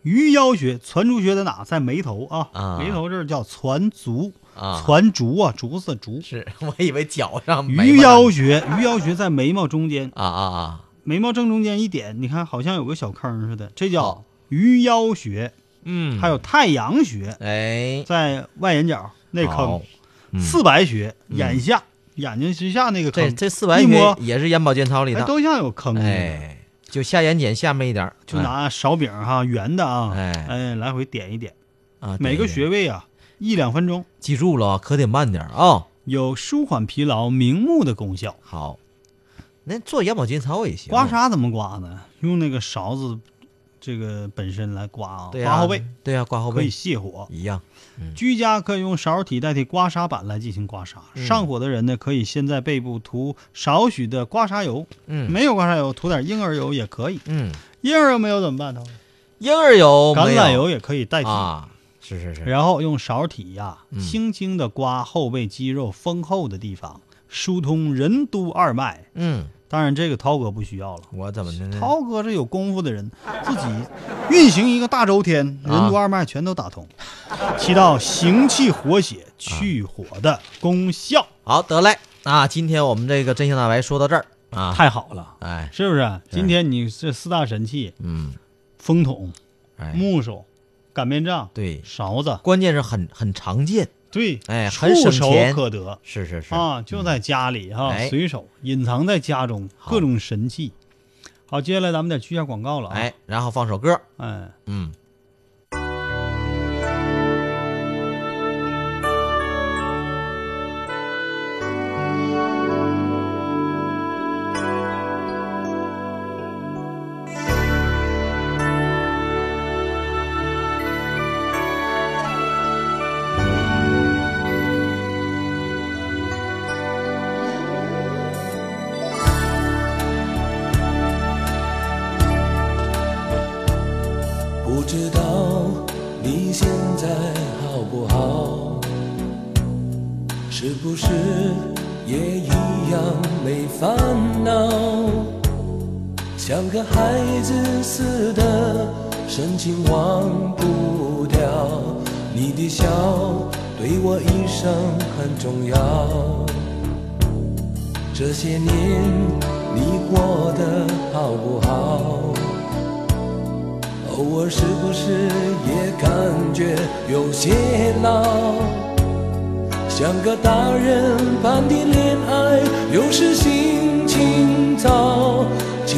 [SPEAKER 2] 鱼腰穴，攒竹穴在哪？在眉头啊，
[SPEAKER 3] 啊
[SPEAKER 2] 眉头这儿叫攒足
[SPEAKER 3] 啊
[SPEAKER 2] 攒竹啊，竹子竹。
[SPEAKER 3] 是 <laughs> 我以为脚上没
[SPEAKER 2] 鱼
[SPEAKER 3] 吧
[SPEAKER 2] 腰穴，鱼腰穴在眉毛中间，
[SPEAKER 3] 啊啊啊，
[SPEAKER 2] 眉毛正中间一点，你看好像有个小坑似的，这
[SPEAKER 3] 哦
[SPEAKER 2] 叫鱼腰穴。
[SPEAKER 3] 嗯，
[SPEAKER 2] 还有太阳穴，
[SPEAKER 3] 哎，
[SPEAKER 2] 在外眼角那
[SPEAKER 3] 好嗯
[SPEAKER 2] 坑，四白穴眼下、眼睛之下那个
[SPEAKER 3] 这
[SPEAKER 2] 坑，
[SPEAKER 3] 这四百
[SPEAKER 2] 一
[SPEAKER 3] 血
[SPEAKER 2] 摸
[SPEAKER 3] 也是眼保健操里
[SPEAKER 2] 哎
[SPEAKER 3] 的，
[SPEAKER 2] 都像有坑似的。
[SPEAKER 3] 哎，啊就下眼睑下面一点儿，
[SPEAKER 2] 就拿勺柄哈圆的啊，
[SPEAKER 3] 哎
[SPEAKER 2] 哎来回点一点，
[SPEAKER 3] 哎啊，
[SPEAKER 2] 每
[SPEAKER 3] 对
[SPEAKER 2] 个
[SPEAKER 3] 对
[SPEAKER 2] 穴位啊一两分钟，
[SPEAKER 3] 记住了啊，可得慢点儿啊。
[SPEAKER 2] 有舒缓疲劳、明目的功效。
[SPEAKER 3] 好，那做眼保健操也行，
[SPEAKER 2] 刮痧怎么刮呢？用那个勺子这个本身来刮啊，
[SPEAKER 3] 对
[SPEAKER 2] 刮
[SPEAKER 3] 呀
[SPEAKER 2] 后背
[SPEAKER 3] 对呀，刮后
[SPEAKER 2] 可
[SPEAKER 3] 背嗯
[SPEAKER 2] 以泻火。
[SPEAKER 3] 一样
[SPEAKER 2] 居家可以用勺体代替刮痧板来进行刮痧。
[SPEAKER 3] 嗯
[SPEAKER 2] 上火的人呢，可以先在背部涂少许的刮痧油，
[SPEAKER 3] 嗯
[SPEAKER 2] 没有刮痧油涂点婴儿油也可以。
[SPEAKER 3] 嗯，
[SPEAKER 2] 婴儿油没有怎么办呢？
[SPEAKER 3] 婴儿油
[SPEAKER 2] 橄
[SPEAKER 3] 没
[SPEAKER 2] 榄
[SPEAKER 3] 有
[SPEAKER 2] 油也可以代替。
[SPEAKER 3] 啊，是是是，
[SPEAKER 2] 然后用勺体呀、
[SPEAKER 3] 嗯
[SPEAKER 2] 轻轻地刮后背肌肉丰厚的地方，疏通任督二脉。
[SPEAKER 3] 嗯，
[SPEAKER 2] 当然，这个涛哥不需要了。
[SPEAKER 3] 我怎么的呢？
[SPEAKER 2] 涛哥是有功夫的人，自己运行一个大周天，
[SPEAKER 3] 啊
[SPEAKER 2] 任督二脉全都打通，起到行气活血、去火的功效。
[SPEAKER 3] 好，得嘞啊，今天我们这个真相大白说到这儿啊，
[SPEAKER 2] 太好了，
[SPEAKER 3] 哎，
[SPEAKER 2] 是不是？今天你这四大神器：
[SPEAKER 3] 嗯，
[SPEAKER 2] 风筒、
[SPEAKER 3] 哎，
[SPEAKER 2] 木手、擀面杖、
[SPEAKER 3] 对，
[SPEAKER 2] 勺子，
[SPEAKER 3] 关键是很很常见，
[SPEAKER 2] 对，
[SPEAKER 3] 哎
[SPEAKER 2] 触
[SPEAKER 3] 很省
[SPEAKER 2] 手
[SPEAKER 3] 钱
[SPEAKER 2] 可得。
[SPEAKER 3] 是是是
[SPEAKER 2] 啊，就在家里哈、
[SPEAKER 3] 哎
[SPEAKER 2] 随手隐藏在家中各种神器。好，接下来咱们得去一下广告了啊。
[SPEAKER 3] 哎，然后放首歌，
[SPEAKER 2] 哎
[SPEAKER 3] 嗯，
[SPEAKER 1] 不知道你现在好不好？是不是也一样没烦恼？像个孩子似的，深情忘不掉。你的笑对我一生很重要。这些年你过得好不好？偶尔是不是也感觉有些老？像个大人般的恋爱，有时心情糟，请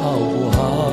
[SPEAKER 1] 好不好？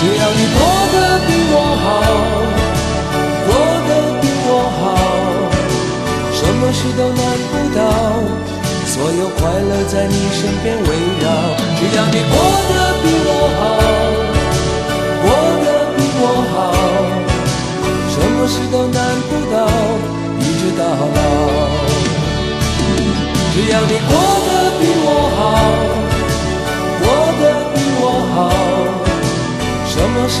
[SPEAKER 1] 只要你过得比我好，过得比我好，什么事都难不倒，所有快乐在你身边围绕。只要你过得比我好，过得比我好，什么事都难不倒，一直到老。只要你过得比我好，过得比我好。什么事